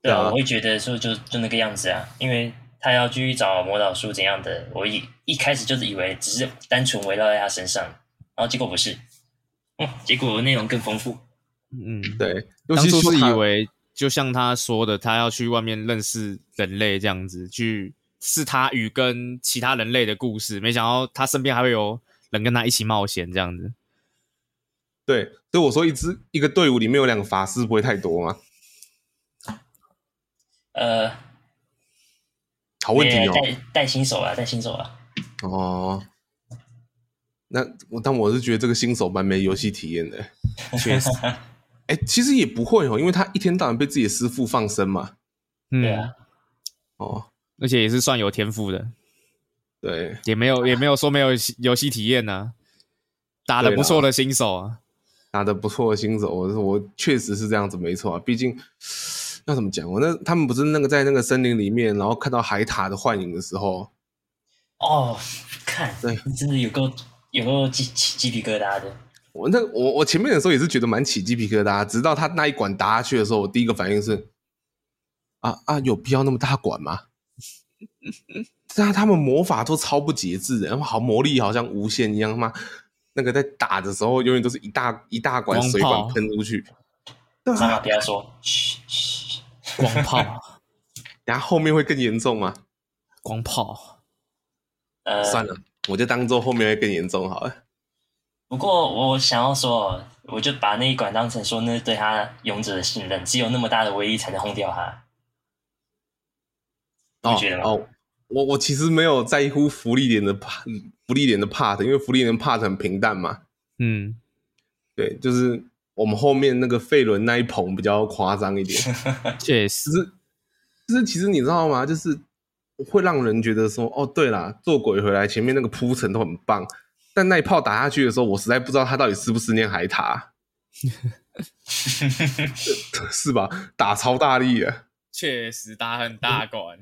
S3: 对
S1: 对啊
S3: 啊，我会觉得说就就那个样子啊，因为他要去找魔导书怎样的，我一一开始就是以为只是单纯围绕在他身上，然后结果不是，嗯，结果内容更丰富。
S2: 嗯，
S1: 对，尤
S2: 当
S1: 其
S2: 初
S1: 修
S2: 是
S1: 塔
S2: 以为，就像他说的，他要去外面认识人类这样子，去是他与跟其他人类的故事，没想到他身边还会有人跟他一起冒险这样子。
S1: 对，所以我说一支一个队伍里面有两个法师不会太多吗？
S3: 呃，
S1: 好问题
S3: 也
S1: 哦。
S3: 带带新手啊，带新手啊，
S1: 哦，那我但我是觉得这个新手蛮没游戏体验的。
S2: 确实，
S1: 哎，其实也不会哦，因为他一天到晚被自己的师傅放生嘛。
S3: 对
S2: 嗯
S3: 啊，，
S1: 哦，
S2: 而且也是算有天赋的，
S1: 对，
S2: 也没有也没有说没有游戏游戏体验呢、打的
S1: 对啦
S2: 不错的新手 啊，
S1: 打得不错的新手，我我确实是这样子，没错啊。毕竟要怎么讲，我那他们不是那个在那个森林里面，然后看到海獭的幻影的时候，
S3: 哦，看
S1: 对，
S3: 真的有够有够鸡鸡鸡皮疙瘩的，
S1: 我那我我前面的时候也是觉得蛮起鸡皮疙瘩，啊直到他那一管打下去的时候，我第一个反应是，啊啊，有必要那么大管吗？但他们魔法都超不节制的，然后好魔力好像无限一样，他妈那个在打的时候永远都是一大一大管
S2: 光
S1: 水管
S2: 炮
S1: 喷出去，对
S3: 妈妈
S1: 啊，
S3: 不要说，嘘嘘，
S2: 光炮啊
S1: 然后后面会更严重吗？
S2: 光 炮，啊
S3: 呃，
S1: 算了，我就当做后面会更严重好了。
S3: 不过我想要说，我就把那一管当成说，那是对他勇者的信任，只有那么大的威力才能轰掉他。
S1: 哦
S3: 觉得吗
S1: 哦，我我其实没有在乎福利点的 part，福利点的 part，因为福利点 part 很平淡嘛。
S2: 嗯，
S1: 对，就是我们后面那个费伦那一棚比较夸张一 点，
S2: 确实，
S1: 就是就是其实你知道吗？就是会让人觉得说，哦，对啦，做鬼回来前面那个铺陈都很棒，但那一炮打下去的时候，我实在不知道他到底是不是念海 塔，是吧？打超大力的。
S4: 确实打很大管，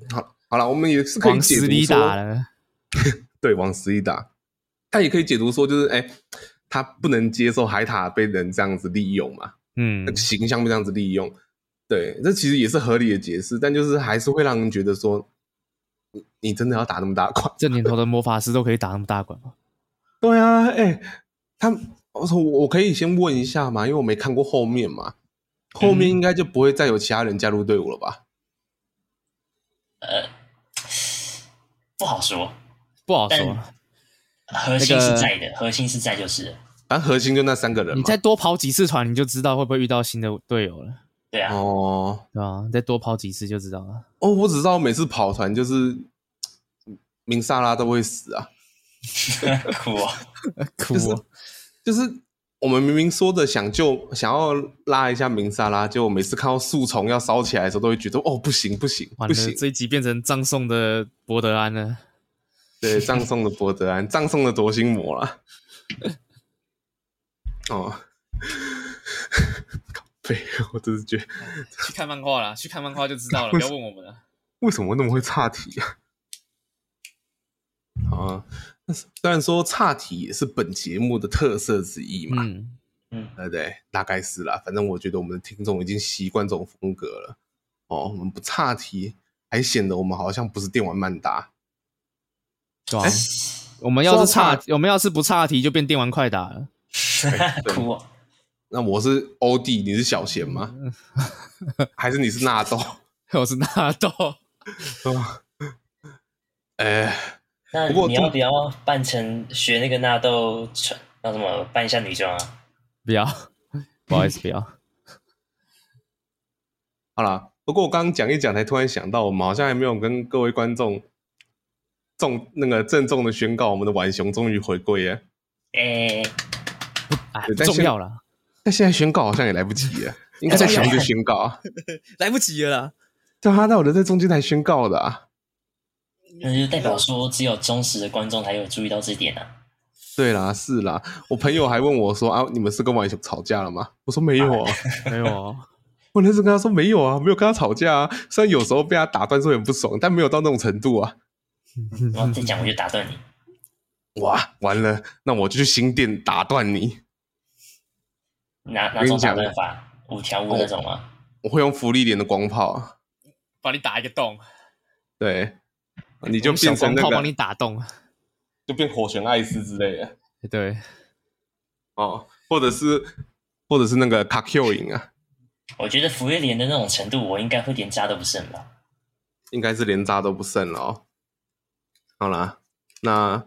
S1: 好了，我们也是可以
S2: 嗯往
S1: 解
S2: 死
S1: 读
S2: 里打
S1: 说，
S2: 了，
S1: 对，往死里打。他也可以解读说，就是哎、他不能接受海塔被人这样子利用嘛，
S2: 嗯
S1: 那个，形象被这样子利用。对，这其实也是合理的解释，但就是还是会让人觉得说，你你真的要打那么大款？
S2: 这年头的魔法师都可以打那么大管吗？
S1: 对啊，哎、他我说我可以先问一下嘛，因为我没看过后面嘛，后
S2: 嗯
S1: 面应该就不会再有其他人加入队伍了吧？
S3: 呃，不好说，
S2: 不好说
S3: 但
S2: 啊，
S3: 核心是在的，核心是在就是了，
S1: 反正核心就那三个人
S2: 你
S1: 嘛。
S2: 再多跑几次船，你就知道会不会遇到新的队友了，
S3: 对 啊，
S1: 哦，
S2: 对吧？你再多跑几次就知道了。
S1: 哦，我只知道每次跑团就是明萨拉都会死啊，
S3: 酷哦，
S2: 哭
S1: 就是
S2: 哦，
S1: 就是我们明明说的想救想要拉一下明萨拉，结果每次看到树丛要烧起来的时候，都会觉得哦不行不行
S2: 完
S1: 不
S2: 了，
S1: 行，
S2: 这一集变成葬送的博德安了。
S1: 对，葬送的伯德安， 葬送的夺心魔啦。 哦， 靠背，我真是觉得
S4: 去看漫画啦，去看漫画就知道了，不要问我们了。
S1: 为什么那么会岔题啊？好啊，那是虽然说岔题也是本节目的特色之一嘛，
S2: 嗯，
S1: 对不呃对？大概是啦，反正我觉得我们的听众已经习惯这种风格了。哦，我们不岔题，还显得我们好像不是电玩漫达。
S2: 对吧？我们要是
S1: 啊哎说到
S2: 差，我们要是不差题，就变电玩快打了。
S1: 对
S3: 酷哦，
S1: 那我是欧弟，你是小贤吗？还是你是纳豆？
S2: 我是纳豆，
S1: 哎、
S3: 那
S1: 不过
S3: 你
S1: 这
S3: 要不要扮成学那个纳豆穿那什么扮一下女装啊？
S2: 不要，不好意思，不要。
S1: 好啦，不过我刚刚讲一讲，才突然想到，我们好像还没有跟各位观众重那个郑重的宣告，我们的浣熊终于回归耶！
S3: 哎、
S2: 哎，
S1: 对
S2: 不
S1: 但
S2: 重
S1: 现
S2: 要啦，
S1: 但现在宣告好像也来不及了，应该在前面就宣告啊。
S2: 来不及了啦。
S1: 对啊，那我都在中间才宣告的啊。
S3: 那就代表说只有忠实的观众才有注意到这一点啊。
S1: 对啦，是啦，我朋友还问我说啊，你们是跟浣熊吵架了吗？我说没有啊，
S2: 没有哦，
S1: 我那时候跟他说没有啊，没有跟他吵架啊。虽然有时候被他打断是会很不爽，但没有到那种程度啊。
S3: 然后再讲我就打断你，
S1: 哇，完了，那我就去新店打断你，
S3: 哪哪
S1: 我跟
S3: 种
S1: 你
S3: 打
S1: 讲
S3: 断法？五条悟那种吗？
S1: 我会用福利脸的光炮啊。
S4: 把你打一个洞，
S1: 对，你
S2: 你
S1: 就变
S2: 小
S1: 成
S2: 光
S1: 那
S2: 炮
S1: 个，
S2: 帮你打洞。
S1: 就变火拳艾斯之类的
S2: 对，
S1: 哦，或者是或者是那个卡 Q 影啊，
S3: 我觉得福瑞莲的那种程度，我应该会连渣都不剩吧。
S1: 应该是连渣都不剩了哦。好啦，那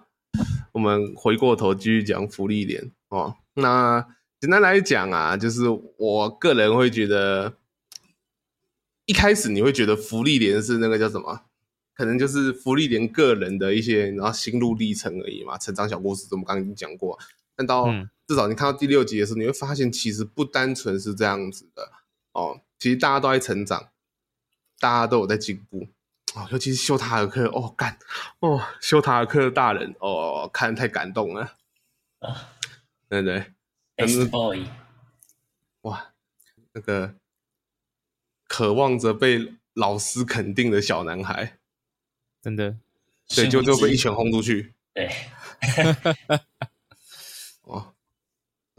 S1: 我们回过头继续讲福利脸哦。那简单来讲啊，就是我个人会觉得，一开始你会觉得福利连是那个叫什么？可能就是福利连个人的一些然后心路历程而已嘛，成长小故事，我们刚刚已经讲过。但到、
S2: 嗯
S1: 至少你看到第六集的时候，你会发现其实不单纯是这样子的哦，其实大家都在成长，大家都有在进步哦，尤其是修塔尔克哦，干哦，修塔尔克大人哦，看得太感动了，
S3: 啊
S1: 对对，嗯
S3: Best boy，
S1: 哇，那个渴望着被老师肯定的小男孩，
S2: 真的，
S1: 对，就就被一
S3: 殊
S1: 拳轰出去
S3: 不知对，
S1: 哦。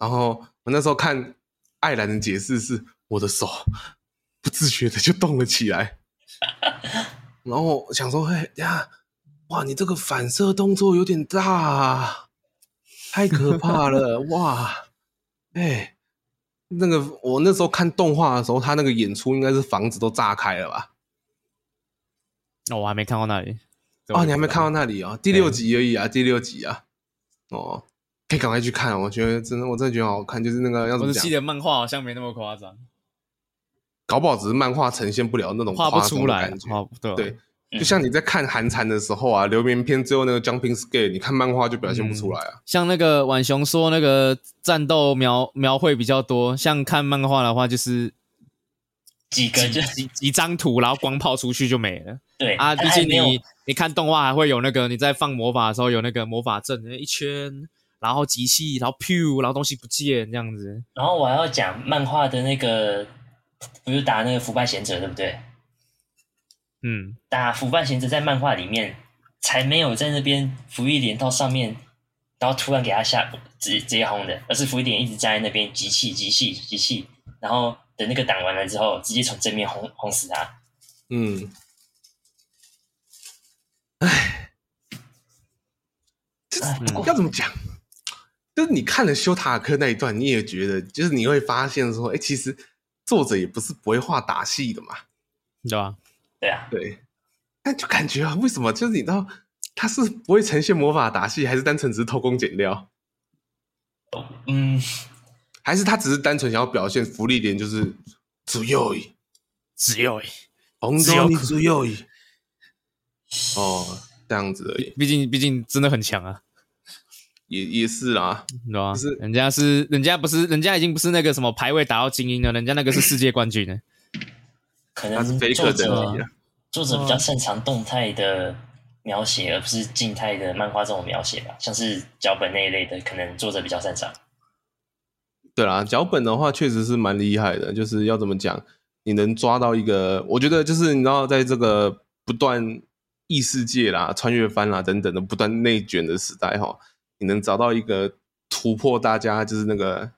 S1: 然后我那时候看艾兰的解释是，我的手不自觉的就动了起来，然后我想说，哎呀，哇，你这个反射动作有点大、啊，太可怕了，哇，哎。那个，我那时候看动画的时候，他那个演出应该是房子都炸开了吧？
S2: 那我还没看到那里。
S1: 哦，你还没看到那里啊、哦？第六集而已啊，第六集啊，哦，可以赶快去看、哦，我觉得真的，我真的觉得好好看，就是那个要怎
S4: 我
S1: 么
S4: 只记
S1: 讲，
S4: 得漫画好像没那么夸张，
S1: 搞不好只是漫画呈现不了那种
S2: 画
S1: 夸
S2: 不
S1: 张
S2: 出
S1: 的
S2: 来
S1: 感，觉
S2: 画不对啊
S1: 对，就像你在看韩蝉的时候啊，流绵篇最后那个 jumping scare，你看漫画就表现不出来啊。
S2: 像那个婉雄说，那个战斗描描绘比较多，像看漫画的话，就是
S3: 几个就
S2: 几几张图，然后光跑出去就没了
S4: 哎
S3: 对
S2: 啊。
S3: 它
S2: 毕
S3: 还
S2: 竟
S3: 没有
S2: 你你看动画还会有那个你在放魔法的时候有那个魔法阵一圈，然后集气，然后 pew，然后东西不见这样子。
S3: 然后我还要讲漫画的那个，不是打那个腐败贤者对不对？
S2: 嗯，
S3: 打腐败贤者在漫画里面才没有在那边服役连到上面，然后突然给他下直直接轰的，而是服役点一直站在那边集气集气集气，然后等那个挡完了之后，直接从正面轰轰死他。
S1: 嗯，
S3: 哎不过
S1: 要怎么讲？就是你看了修塔克那一段，你也觉得，就是你会发现说，哎、其实作者也不是不会画打戏的嘛。
S2: 对吧？
S3: 对啊，
S1: 对，但就感觉啊，为什么就是你知道他是不会呈现魔法打戏，还是单纯只是偷工减料，
S3: 嗯，
S1: 还是他只是单纯想要表现福利点就是左右一，
S2: 只有
S1: 红
S2: 只有
S1: 中你左右一，哦，这样子而已，
S2: 毕竟毕竟真的很强啊，
S1: 也也是啦，
S2: 对吧？
S1: 就是
S2: 人家是人家不是人家已经不是那个什么排位打到精英了，人家那个是世界冠军呢。
S3: 可
S1: 他是
S3: 能
S1: 飞
S3: 嗯作
S1: 克等
S3: 者
S1: 级啊，
S3: 作者比较擅长动态的描写，而不是静态的漫画这种描写吧，像是脚本那一类的，可能作者比较擅长。
S1: 对啦，脚本的话确实是蛮厉害的，就是要怎么讲，你能抓到一个，我觉得就是你知道，在这个不断异世界啦、穿越番啦等等的不断内卷的时代哈，你能找到一个突破大家就是那个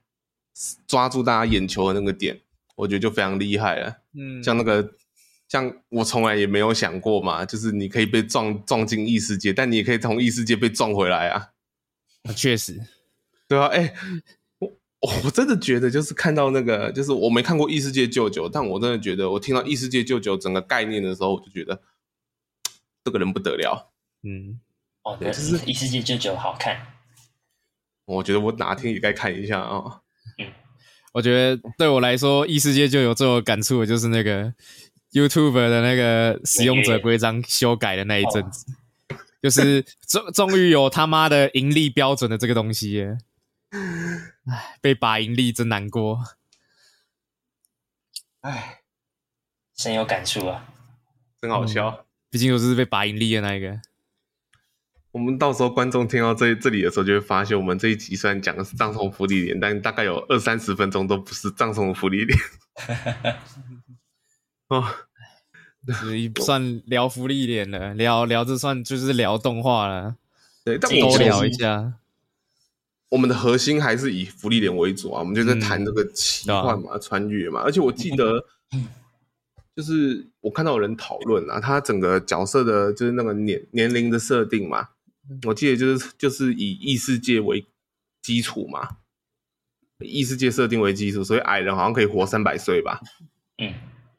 S1: 抓住大家眼球的那个点，我觉得就非常厉害了。
S2: 嗯
S1: 像那个，像我从来也没有想过嘛，就是你可以被撞撞进异世界，但你也可以从异世界被撞回来啊。
S2: 确实，
S1: 对啊，哎、我我我真的觉得就是看到那个，就是我没看过《异世界舅舅》，但我真的觉得我听到《异世界舅舅》整个概念的时候，我就觉得这个人不得了。
S2: 嗯，
S3: 哦，
S1: 对
S3: 那
S1: 就是
S3: 异世界舅舅好看，
S1: 我觉得我哪天也该看一下啊、
S2: 我觉得对我来说，异世界就有最有感触的就是那个 YouTube 的那个使用者规章修改的那一阵子，就是终终于有他妈的盈利标准的这个东西耶，唉，被拔盈利真难过。
S3: 唉，深有感触啊。
S1: 真好笑。
S2: 毕竟我就是被拔盈利的那一个，
S1: 我们到时候观众听到这这里的时候，就会发现我们这一集虽然讲的是葬送福利点，但大概有二三十分钟都不是葬送福利点。哦，
S2: 就是算聊福利脸了，聊聊这算就是聊动画了，
S1: 对，但
S3: 这也
S1: 我
S2: 多
S1: 们
S3: 是
S2: 聊一下。
S1: 我们的核心还是以福利点为主啊，我们就在谈这个奇幻嘛、穿越嘛。而且我记得，就是我看到有人讨论啊，他整个角色的就是那个年年龄的设定嘛，我记得就是就是以异世界为基础嘛，异世界设定为基础，所以矮人好像可以活三百岁吧。
S3: 嗯，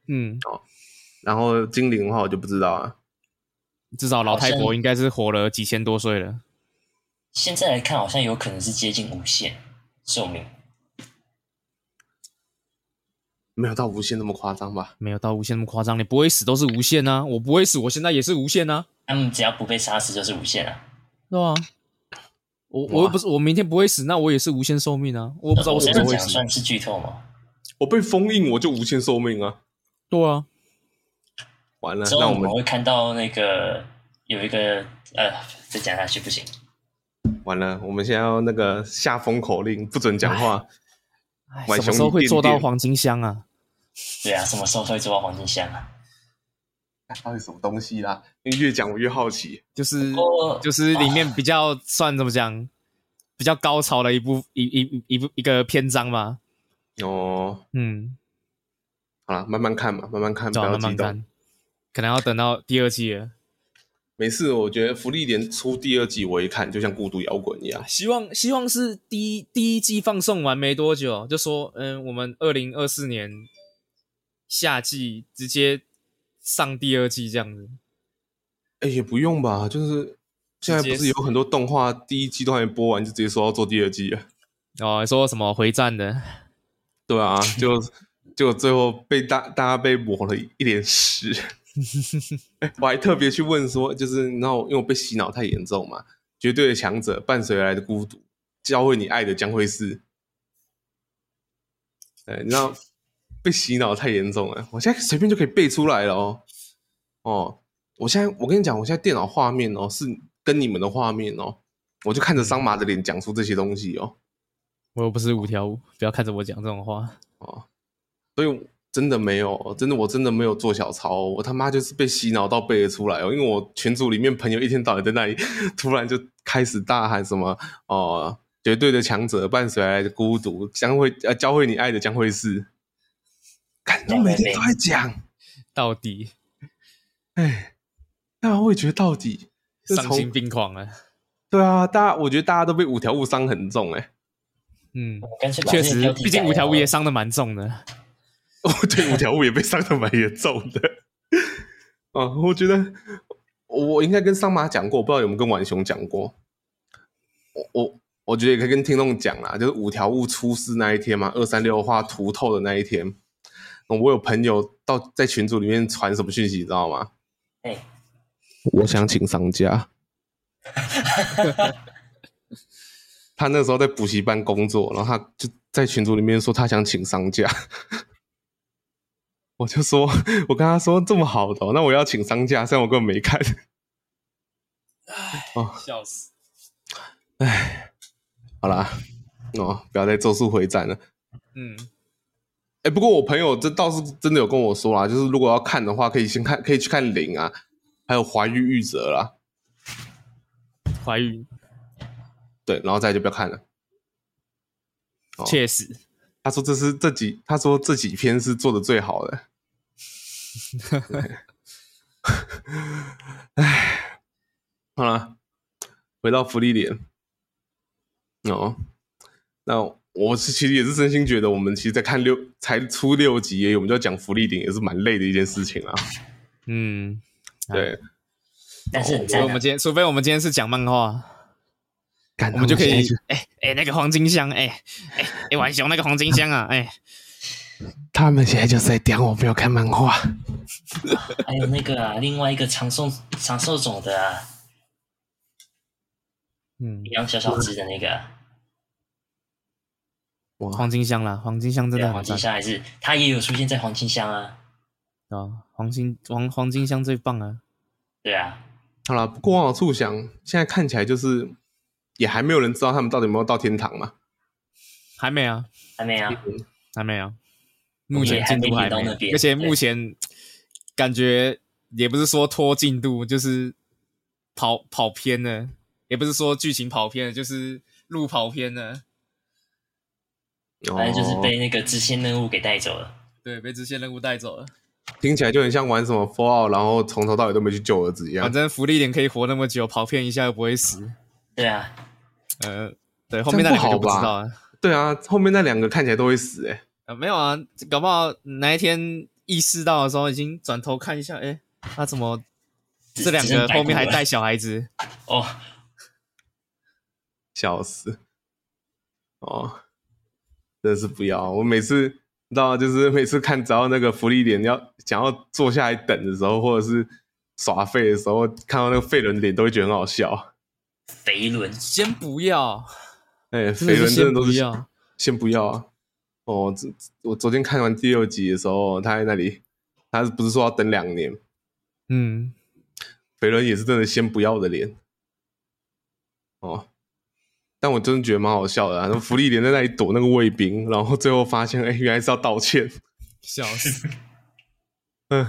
S2: 嗯，
S1: 然后精灵的话我就不知道啊，
S2: 至少老
S3: 好像
S2: 太婆应该是活了几千多岁了。
S3: 现在来看好像有可能是接近无限寿命，
S1: 没有到无限那么夸张吧？
S2: 没有到无限那么夸张，你不会死都是无限啊！我不会死，我现在也是无限啊，
S3: 他们只要不被杀死就是无限啊。
S2: 对吧、我
S1: 哇
S2: 我又不是我明天不会死，那我也是无限寿命啊！我又不知道我
S3: 我
S2: 什
S3: 这
S2: 么时候
S3: 样
S2: 会
S3: 讲
S2: 死，
S3: 算是剧透吗？
S1: 我被封印我就无限寿命啊！
S2: 对啊，
S1: 完了，
S3: 之
S1: 那
S3: 后
S1: 我
S3: 我们
S1: 们
S3: 会看到那个有一个呃，再讲下去不行，
S1: 完了，我们现在要那个下封口令，不准讲话。
S2: 哎
S1: 浣
S2: 什
S1: 熊
S2: 么时候
S1: 你
S2: 会
S1: 垫
S2: 做到
S1: 垫
S2: 黄金箱啊？
S3: 对啊，什么时候会做到黄金箱啊？
S1: 那哎到底什么东西啦？越讲我越好奇。
S2: 就是
S3: 哦
S2: 就是里面比较算怎么讲，比较高潮的一部一一一部一个篇章嘛，
S1: 哦，
S2: 嗯，
S1: 好了，慢慢看嘛，慢慢看，不
S2: 对啊，
S1: 要
S2: 慢慢
S1: 激动。
S2: 看，可能要等到第二季了。
S1: 没事，我觉得福利连出第二季，我一看就像孤独摇滚一样。
S2: 啊希望希望是第一第一季放送完没多久，就说嗯，我们二零二四年夏季直接上第二季这样子。
S1: 哎，也不用吧，就是现在不是有很多动画第一季都还没播完，就直接说要做第二季了。
S2: 哦，说什么回战的？
S1: 对啊，就就最后被大大家被抹了一脸屎。我还特别去问说，就是你知道，因为我被洗脑太严重嘛，绝对的强者伴随而来的孤独，教会你爱的将会是，哎，你知道被洗脑太严重了，我现在随便就可以背出来了哦。哦，我现在我跟你讲，我现在电脑画面哦是跟你们的画面哦，我就看着桑麻的脸讲出这些东西哦。
S2: 我又不是五条悟，不要看着我讲这种话。
S1: 哦，所以真的没有，真的我真的没有做小抄哦、我他妈就是被洗脑到背得出来哦。因为我群组里面朋友一天到晚在那里，突然就开始大喊什么哦、绝对的强者伴随而来的孤独将会呃教会你爱的将会是，看他每天都在讲，
S2: 到底
S1: 哎，那味觉到底自
S2: 丧
S1: 从
S2: 心病狂啊！
S1: 对啊，大家我觉得大家都被五条悟伤很重哎、
S2: 嗯，
S3: 我干脆把
S2: 确
S3: 这个
S2: 实
S3: 标，题
S2: 毕竟
S3: 改
S2: 五条悟
S3: 了
S2: 也伤的蛮重的。
S1: 哦，对，五条悟也被伤的蛮严重的。啊，我觉得我应该跟桑马讲过，我不知道有没有跟婉雄讲过。我我我觉得也可以跟听众讲啦，就是五条悟出事那一天嘛，二三六画图透的那一天，我有朋友到在群组里面传什么讯息，你知道吗？
S3: 哎，
S1: 我想请丧假。他那时候在补习班工作，然后他就在群组里面说他想请丧假。 我就说，我跟他说这么好的哦、那我要请丧假，虽然我根本没看。
S4: 笑死！
S1: 好啦，哦，不要再咒术回战了。
S4: 嗯，
S1: 哎、不过我朋友这倒是真的有跟我说啦，就是如果要看的话，可以先看，可以去看零啊，还有怀玉玉泽啦，
S2: 怀孕
S1: 对，然后再就不要看了。哦
S2: 确实，
S1: 他说这是这几，他说这几篇是做的最好的。 哎，好了，回到福利点。哦，那我是其实也是真心觉得，我们其实，在看六才出六集而已，我们就要讲福利点，也是蛮累的一件事情啊。
S2: 嗯，哎
S1: 对，
S3: 但是很
S2: 所以
S3: 赞
S2: 哦我
S3: 啊
S2: 们今天，除非我们今天是讲漫画，
S1: 干
S2: 我们就可以
S1: 现在就，
S2: 哎哎，那个黄金箱，哎哎哎，浣熊那个黄金箱啊，哎，
S1: 他们现在就是在讲我没有看漫画。
S3: 还有那个啊，另外一个长寿长寿种的啊，
S2: 嗯
S3: 一，样小小只的那个啊、
S1: 哇，
S2: 黄金箱啦，黄金箱真
S3: 对
S2: 的
S3: 啊，
S2: 很
S3: 黄
S2: 赞
S3: 金箱还是它也有出现在黄金箱啊，
S2: 啊，黄金黄黄金箱最棒啊，
S3: 对啊，
S1: 好了，不过往好处想，现在看起来就是也还没有人知道他们到底有没有到天堂嘛。
S2: 还没啊，
S3: 还没啊，
S2: 还没有，目前进度
S3: 还没
S2: 还
S3: 到
S2: 没
S3: 那，边
S2: 而且
S3: 对
S2: 目前感觉也不是说拖进度，就是跑跑偏了，也不是说剧情跑偏了，就是路跑偏了，
S3: 反正就是
S1: 哦
S3: 被那个支线任务给带走了。
S2: 对，被支线任务带走了。
S1: 听起来就很像玩什么 Fallout，然后从头到尾都没去救儿子一样
S2: 反。正福利点可以活那么久，跑偏一下又不会死。
S3: 对啊，
S2: 呃，对，后面那两个就不知道了。
S1: 对啊，后面那两个看起来都会死哎、
S2: 呃，没有啊，搞不好哪一天意识到的时候，已经转头看一下，哎，他怎么
S3: 只
S2: 这两
S3: 只剩
S2: 个
S3: 白骨
S2: 后面还
S3: 了
S2: 带小孩子？
S3: 哦，
S1: 笑死！哦，真的是不要！我每次你知道吗，就是每次看只要那个福利点要想要坐下来等的时候，或者是耍废的时候，看到那个废人的脸都会觉得很好笑。
S3: 肥伦
S2: 先不要，
S1: 哎、
S2: 真
S1: 废
S2: 的是
S1: 人真的
S2: 先
S1: 都
S2: 不
S1: 是
S2: 要。
S1: 先不要啊！哦，这我昨天看完第六集的时候，他在那里，他不是说要等两年？
S2: 嗯，
S1: 肥伦也是真的先不要的脸。哦，但我真的觉得蛮好笑的、啊。那福利连在那里躲那个卫兵，然后最后发现，哎、原来是要道歉，
S2: 笑 死！
S1: 嗯，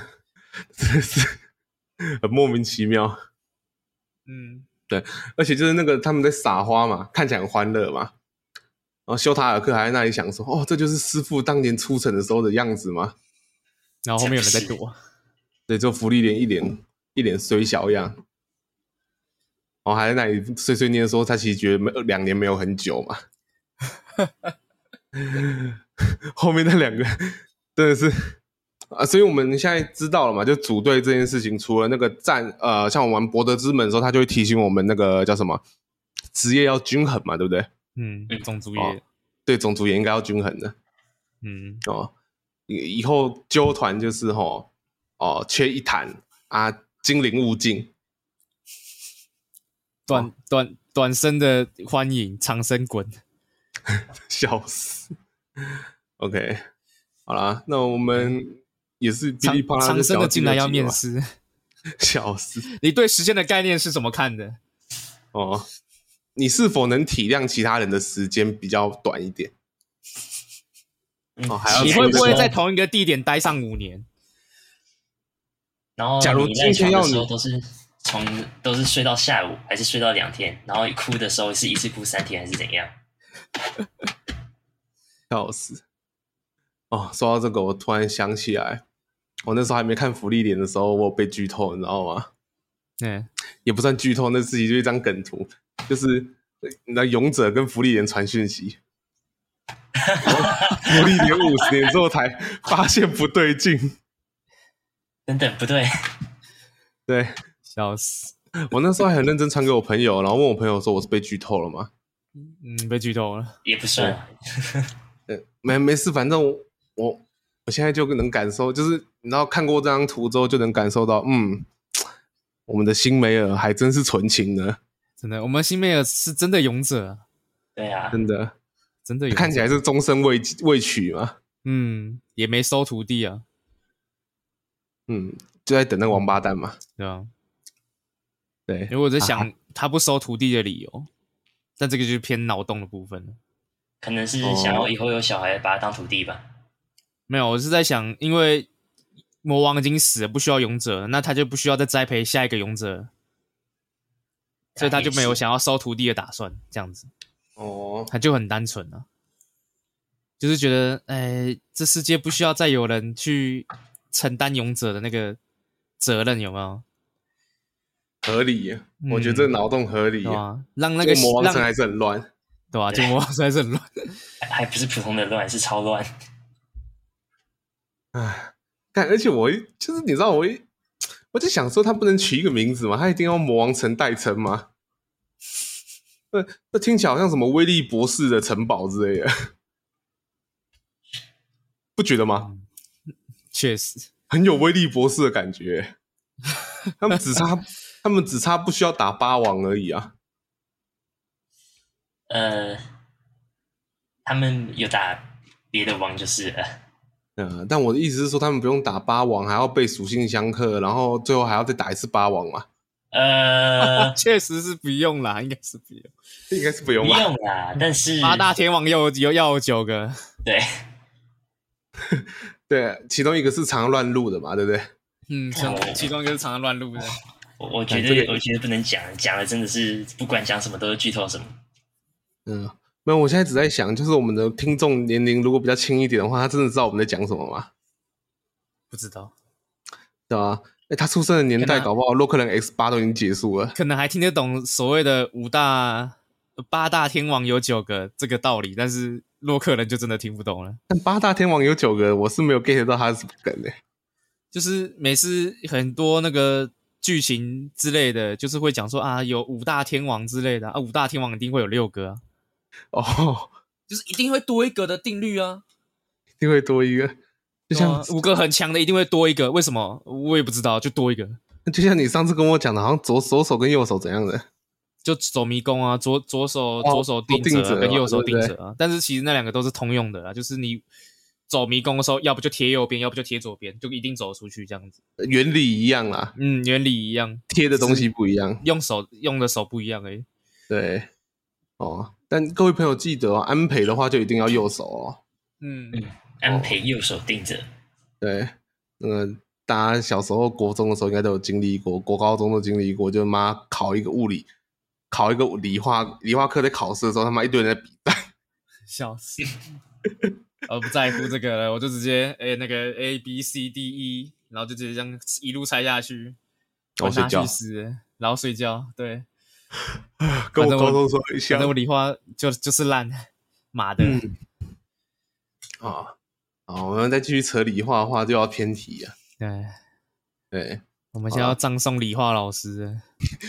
S1: 真的是很莫名其妙。
S2: 嗯，
S1: 而且就是那个他们在撒花嘛，看起来很欢乐嘛。然后修塔尔克还在那里想说，哦，这就是师傅当年出城的时候的样子吗？
S2: 然后后面有人在躲，
S1: 对，就福利连一脸一脸衰小样，然后还在那里碎碎念说他其实觉得没两年没有很久嘛。 后面那两个真的是啊，所以我们现在知道了嘛，就组队这件事情，除了那个战呃，像我玩博德之门的时候，他就会提醒我们那个叫什么职业要均衡嘛，对不对？
S2: 嗯，种族
S1: 哦
S2: 也，
S1: 对，种族也应该要均衡的。
S2: 嗯，
S1: 哦，以以后纠团就是吼、哦，哦、缺一弹啊，精灵勿进。
S2: 短短短身的欢迎，长身滚。
S1: 笑死。OK，好啦，那我们也是噼
S2: 嗯长
S1: 里啪啦
S2: 长生
S1: 讲
S2: 的
S1: 到
S2: 进
S1: 第
S2: 来
S1: 六
S2: 要
S1: 集
S2: 面
S1: 了吧，
S2: 试。
S1: 啊 笑死
S2: 你对时间的概念是怎么看的？
S1: 哦！你是否能体谅其他人的时间比较短一点？
S3: 嗯
S1: 哦还要
S2: 你
S1: 说
S2: 会不会
S1: 这
S2: 在同一个地点待上五年？
S3: 然后
S1: 假如
S3: 你赖
S1: 今天要
S3: 床的时候
S1: 你
S3: 都是从都是睡到下午，还是睡到两天？然后哭的时候是一次哭三天，还是怎样？
S1: 笑死！哦，说到这个，我突然想起来，我那时候还没看福利脸的时候，我有被剧透，你知道吗？
S2: 嗯，
S1: 也不算剧透，那自己就一张梗图，就是那勇者跟福利莲传讯息， 然后福利莲五十年之后才发现不对劲。
S3: 等等，不对，
S1: 对
S2: 笑死，
S1: 我那时候还很认真传给我朋友，然后问我朋友说我是被剧透了吗？
S2: 嗯，被剧透了。
S3: 也不算。
S1: 呃，没没事，反正我我我现在就能感受，就是你知道看过这张图之后就能感受到，嗯，我们的辛梅尔还真是纯情呢，
S2: 真的，我们新妹儿是真的勇者啊，
S3: 对啊，
S1: 真的，
S2: 真的勇者
S1: 看起来是终身未未娶嘛，
S2: 嗯，也没收徒弟啊，
S1: 嗯，就在等那个王八蛋嘛，
S2: 对吧？
S1: 对
S2: 因为我在想他不收徒弟的理由，但这个就是偏脑洞的部分了。
S3: 可能
S2: 哦
S3: 是想要以后有小孩把他当徒弟吧。
S2: 没有，我是在想，因为魔王已经死了，不需要勇者了，那他就不需要再栽培下一个勇者了，所以他就
S1: 哎
S2: 没有想要收徒弟的打算，这样子。
S1: 哦，
S2: 他就很单纯啊，就是觉得，哎，这世界不需要再有人去承担勇者的那个责任，有没有？
S1: 合理耶，
S2: 嗯
S1: 我觉得这个脑洞合理
S2: 对啊
S1: 耶，
S2: 吧？让那
S1: 那
S2: 个
S1: 魔王城还
S2: 让
S1: 是很乱，
S2: 对啊吧？这个魔王城还是很乱，
S3: 还还不是普通的乱，是超乱。
S1: 唉，看，而且我一就是你知道我一。我就想说，他不能取一个名字吗？他一定要魔王城代称吗？那那听起来好像什么威力博士的城堡之类的，不觉得吗？
S2: 确实，，
S1: 很有威力博士的感觉。他们只差，他们只差不需要打八王而已啊。
S3: 呃，他们有打别的王就是了。
S1: 嗯，但我的意思是说，他们不用打八王，还要被属性相克，然后最后还要再打一次八王嘛？
S3: 呃
S2: 确实是不用啦，应该是不用。
S1: 应该是不
S3: 不
S1: 用吧？
S3: 用啦，但是
S2: 八大天王又有要有九个，
S3: 对，
S1: 对，其中一个是常乱入的嘛，对不对？
S2: 嗯，像其中一个是常常乱入的，
S3: 我
S2: 哎
S3: 我觉
S1: 这
S3: 得
S1: 个
S3: 我觉得不能讲，讲了真的是不管讲什么都是剧透什么。
S1: 嗯，没有，我现在只在想，就是我们的听众年龄如果比较轻一点的话，他真的知道我们在讲什么吗？
S2: 不知道，
S1: 对吧、啊？哎，他出生的年代，
S2: 可能啊
S1: 搞不好洛克人 X 八都已经结束了。
S2: 可能还听得懂所谓的五大八大天王有九个这个道理，但是洛克人就真的听不懂了。
S1: 但八大天王有九个，我是没有 get 到他是什么梗的、
S2: 就是每次很多那个剧情之类的，就是会讲说啊，有五大天王之类的啊，五大天王一定会有六个啊，
S1: 哦，
S2: 就是一定会多一个的定律啊。
S1: 一定会多一个，就像、
S2: 对啊五个很强的一定会多一个，为什么我也不知道，就多一个，
S1: 就像你上次跟我讲的，好像左左手跟右手怎样的，
S2: 就走迷宫啊，左左手
S1: 哦
S2: 左手定
S1: 定
S2: 则
S1: 则
S2: 啊跟
S1: 啊
S2: 右手
S1: 对
S2: 定
S1: 不
S2: 则啊，但是其实那两个都是通用的啊，就是你走迷宫的时候，要不就贴右边，要不就贴左边，就一定走出去这样子。
S1: 原理一样啦，
S2: 嗯，原理一样，
S1: 贴的东西不一样。
S2: 用手用的手不一样而已。
S1: 对，哦，但各位朋友记得哦，安培的话就一定要右手哦。
S2: 嗯，
S3: 安培右手定着，
S1: 对，那个大家小时候国中的时候应该都有经历过，国高中都经历过，就妈考一个物理，考一个理化理化课在考试的时候，他妈一堆人在比赛，
S2: 笑死。 我不在乎这个了，我就直接哎、那个 A B C D E，然后就直接这样一路猜下去，
S1: 然后哦睡
S2: 管他
S1: 觉
S2: 去死，然后睡觉。对，
S1: 跟我
S2: 反正我
S1: 高中时候很
S2: 反
S1: 像
S2: 正我理化就就是烂，妈的。
S1: 嗯啊。啊，我们再继续扯理化的话，就要偏题啊。
S2: 对，
S1: 对，
S2: 我们现
S1: 啊
S2: 在要葬送理化老师了。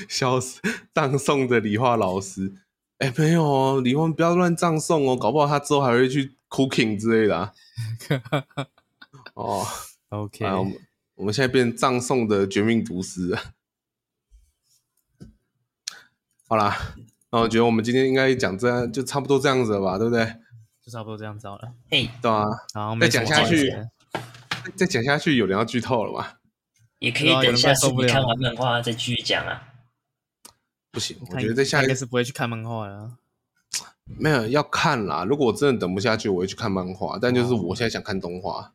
S1: 笑死，葬送的理化老师。哎，没有哦，理化不要乱葬送哦，搞不好他之后还 会去 cooking 之类的、啊。哦，
S2: OK，
S1: 啊，我们我们现在变葬送的绝命毒师 了。好啦，那我觉得我们今天应该讲这样，就差不多这样子了吧，对不对？
S2: 就差不多这样子好了。
S3: 嘿，
S1: 对啊，
S2: 然后
S1: 再讲下去再讲下去有人要剧透了吧？
S3: 也可
S2: 对
S3: 以
S2: 啊有
S3: 等
S2: 人
S3: 下
S2: 快
S3: 次
S2: 受不
S3: 你
S2: 了
S3: 看
S2: 了
S3: 完漫画再继续讲啊。
S1: 不行，我觉得在下
S2: 应
S1: 一
S2: 该是不会去看漫画了。
S1: 没有要看啦。如果我真的等不下去，我会去看漫画，但就是
S2: 哦
S1: 我现在想看动画。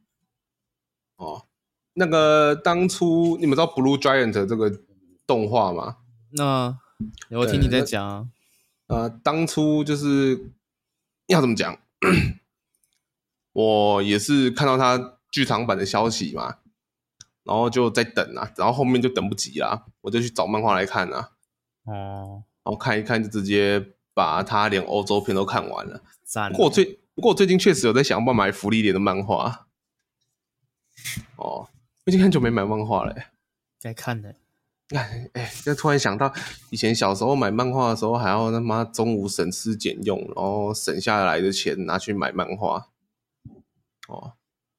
S1: 哦，那个当初你们知道《Blue Giant》这个动画吗？
S2: 那我听你在讲啊，
S1: 呃，当初就是要怎么讲， 我也是看到他剧场版的消息嘛，然后就在等啊，然后后面就等不及啦，我就去找漫画来看啊，
S2: 哦，
S1: 然后看一看就直接把他连欧洲片都看完了。
S2: 赞
S1: 不。过我最不过我最近确实有在想要买福利点的漫画，啊哦，最近很久没买漫画了欸、
S2: 该看的，
S1: 哎哎，就突然想到，以前小时候买漫画的时候，还要他妈中午省吃俭用，然后省下来的钱拿去买漫画。哦，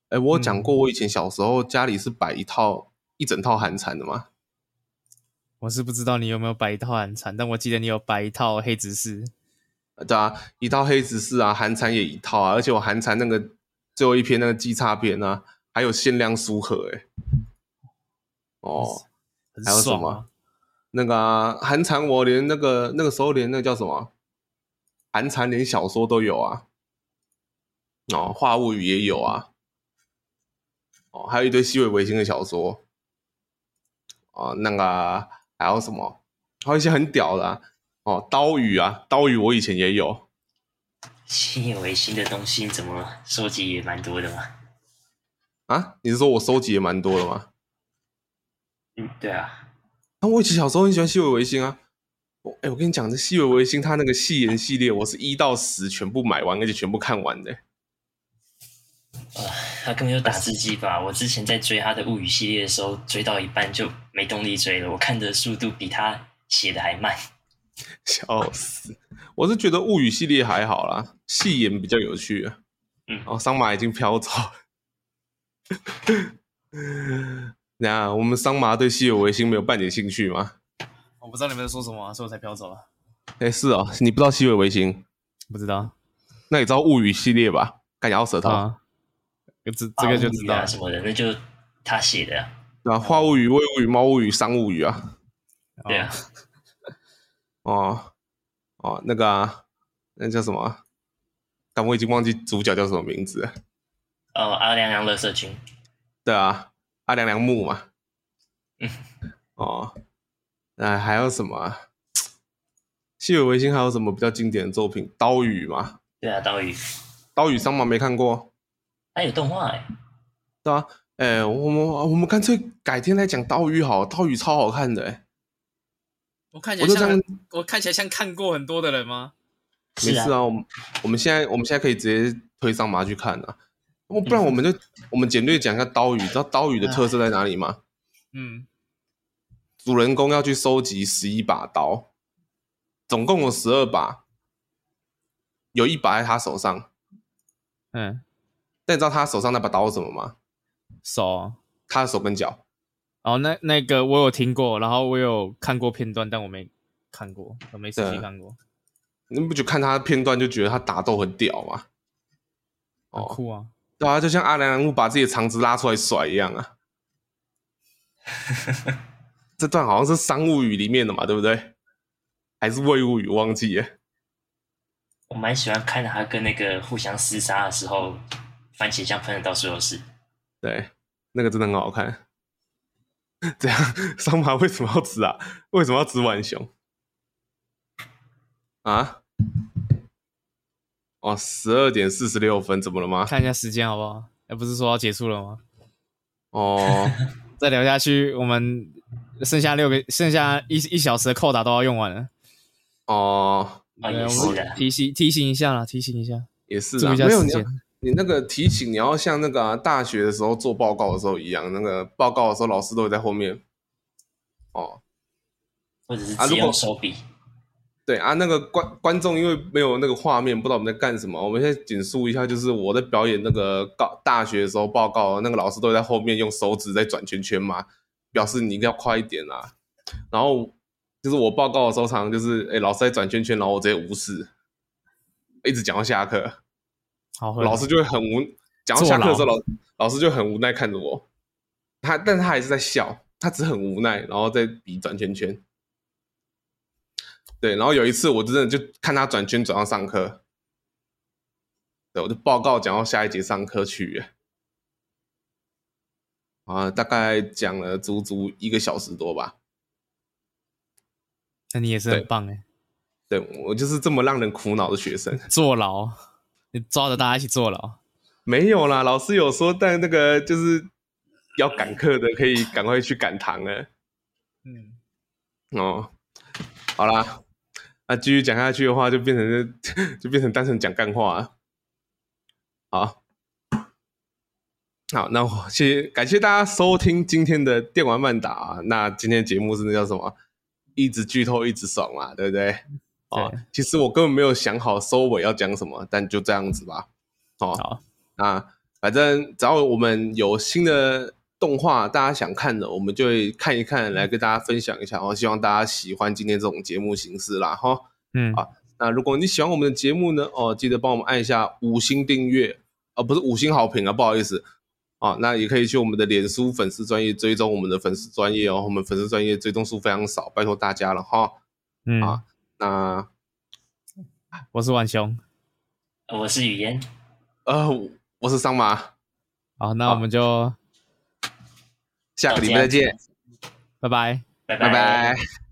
S1: 哎，我有讲过，我以前小时候家里是摆一套一整套韩产的嘛。
S2: 我是不知道你有没有摆一套韩产，但我记得你有摆一套黑执事。
S1: 呃对啊，一套黑执事啊，韩产也一套啊，而且我韩产那个最后一篇那个季差篇啊，还有限量书盒哎、哦，
S2: 很
S1: 还有什
S2: 爽
S1: 么
S2: 啊！
S1: 那个啊韩产我连那个那个时候连那个叫什么韩产连小说都有啊，哦，话物语也有啊，哦，还有一堆西尾维新的小说，哦，那个啊还有什么，还有一些很屌的、啊、哦，刀语啊，刀语我以前也有，
S3: 信以为新的东西怎么收集也蛮多的嘛。
S1: 啊，你是说我收集也蛮多的吗？
S3: 嗯，对啊，
S1: 啊，我以前小时候很喜欢西尾维新啊。我哎、我跟你讲，这西尾维新他那个戏言系列，我是一到十全部买完，而且全部看完的、
S3: 他根本就打字机吧。我之前在追他的物语系列的时候，追到一半就没动力追了。我看的速度比他写的还慢。
S1: 笑死！我是觉得物语系列还好啦，戏言比较有趣啊。
S3: 嗯
S1: 哦，桑麻已经飘走 了。那我们桑麻对西尾维新没有半点兴趣吗？
S2: 我不知道你们在说什么、啊，所以我才飘走了。
S1: 哎、是哦，你不知道西尾维新，
S2: 不知道
S1: 那你知道物语系列吧？干咬舌头，
S2: 啊，这这个就知道
S3: 啊物语啊
S2: 了。
S3: 什么的，那就他写的啊、
S1: 对啊，花物语、未物语、猫物语、商物语啊。
S3: 对啊
S2: 哦，
S1: 哦哦，那个啊，那叫什么啊？但我已经忘记主角叫什么名字了。
S3: 哦，阿良良乐色君，
S1: 对啊，阿良良木嘛。
S3: 嗯。
S1: 哦，那还有什么、啊？西尾维新还有什么比较经典的作品？刀语嘛，
S3: 对啊，刀鱼，
S1: 刀语桑麻没看过，
S3: 他有动画哎、
S1: 对啊。哎、我们我们干脆改天来讲刀鱼好了，刀鱼超好看的、欸，
S4: 我看起来
S1: 我就这
S4: 像
S1: 样，
S4: 我看起来像看过很多的人吗？
S1: 没
S3: 是啊
S1: 事，啊，我们我们现在我们现在可以直接推桑麻去看啊。我不
S3: 嗯
S1: 然我们就、我们简略讲一下刀鱼，知道刀鱼的特色在哪里吗？
S4: 嗯，
S1: 主人公要去收集十一把刀，总共有十二把，有一把在他手上。
S2: 嗯，
S1: 但你知道他手上那把刀是什么吗？
S2: 手哦
S1: 他的手跟脚。
S2: 哦，那那个我有听过，然后我有看过片段，但我没看过，我没仔
S1: 对
S2: 细
S1: 啊
S2: 看过，
S1: 你们不就看他的片段就觉得他打斗很屌吗？
S2: 很
S1: 哦，
S2: 酷啊！
S1: 对啊，就像阿良人物把自己的肠子拉出来甩一样 啊。这段好像是《商务语》里面的嘛，对不对？还是《魏物语》？忘记了。
S3: 我蛮喜欢看他跟那个互相厮杀的时候，番茄酱喷的到处都是。
S1: 对，那个真的很好看。 这样， 桑麻为什么要吃啊？为什么要吃浣熊？啊？哦，十二点四十六分，怎么了吗？
S2: 看一下时间好不好？ 哎，不是说要结束了吗？
S1: 哦，
S2: 再聊下去，我们剩下六个，剩下一一小时的扣打都要用完了。
S1: 哦，
S3: 啊，
S2: 对
S3: 也
S2: 我
S3: 是
S2: 们
S3: 的，
S2: 提醒提醒一下啦，提醒一下，
S1: 也是
S2: 注
S1: 啊，
S2: 意一下
S1: 没有
S2: 时
S1: 你要
S2: 间。
S1: 你那个提醒，你要像那个啊、大学的时候做报告的时候一样，那个报告的时候老师都会在后面。哦，
S3: 或者是
S1: 啊
S3: 只
S1: 如果
S3: 用手笔。
S1: 对啊，那个观观众因为没有那个画面，不知道我们在干什么。我们现在简述一下，就是我在表演那个高大学的时候报告，那个老师都在后面用手指在转圈圈嘛，表示你一定要快一点啊。然后就是我报告的时候，常常就是哎、诶老师在转圈圈，然后我直接无视，一直讲到下课，
S2: 好，
S1: 老师就会很无讲到下课的时候，老老师就很无奈看着我，他但是他还是在笑，他只是很无奈，然后在比转圈圈。对，然后有一次我真的就看他转圈转到上课，对，我就报告讲到下一节上课去了，啊，大概讲了足足一个小时多吧。
S2: 那你也是
S1: 对
S2: 很棒哎，
S1: 对我就是这么让人苦恼的学生。
S2: 坐牢，你抓着大家一起坐牢。
S1: 没有啦，老师有说，但那个就是要赶课的，可以赶快去赶堂了。
S4: 嗯，
S1: 哦，好啦，那继续讲下去的话，就变成是 就变成单纯讲干话了。好，好，那我谢谢感谢大家收听今天的电玩漫打、啊那今天的节目真的叫什么？一直剧透，一直爽嘛，对不对？哦
S2: 对，
S1: 其实我根本没有想好收尾要讲什么，但就这样子吧。哦，
S2: 好，
S1: 那反正只要我们有新的动画，大家想看的，我们就会看一看，来跟大家分享一下哦。希望大家喜欢今天这种节目形式啦，哈、
S2: 嗯，
S1: 好那如果你喜欢我们的节目呢，哦，记得帮我们按一下五星订阅，哦，不是五星好评啊，不好意思。哦，那也可以去我们的脸书粉丝专业追踪我们的粉丝专业哦，我们粉丝专业追踪数非常少，拜托大家了哈。
S2: 嗯，
S1: 好那
S2: 我是万兄。
S3: 我是语嫣，
S1: 呃，我是桑马，
S2: 好，
S1: 啊
S2: 那我们就
S1: 下个礼拜再见，
S2: 拜拜。
S3: 拜
S1: 拜
S3: 拜
S1: 拜。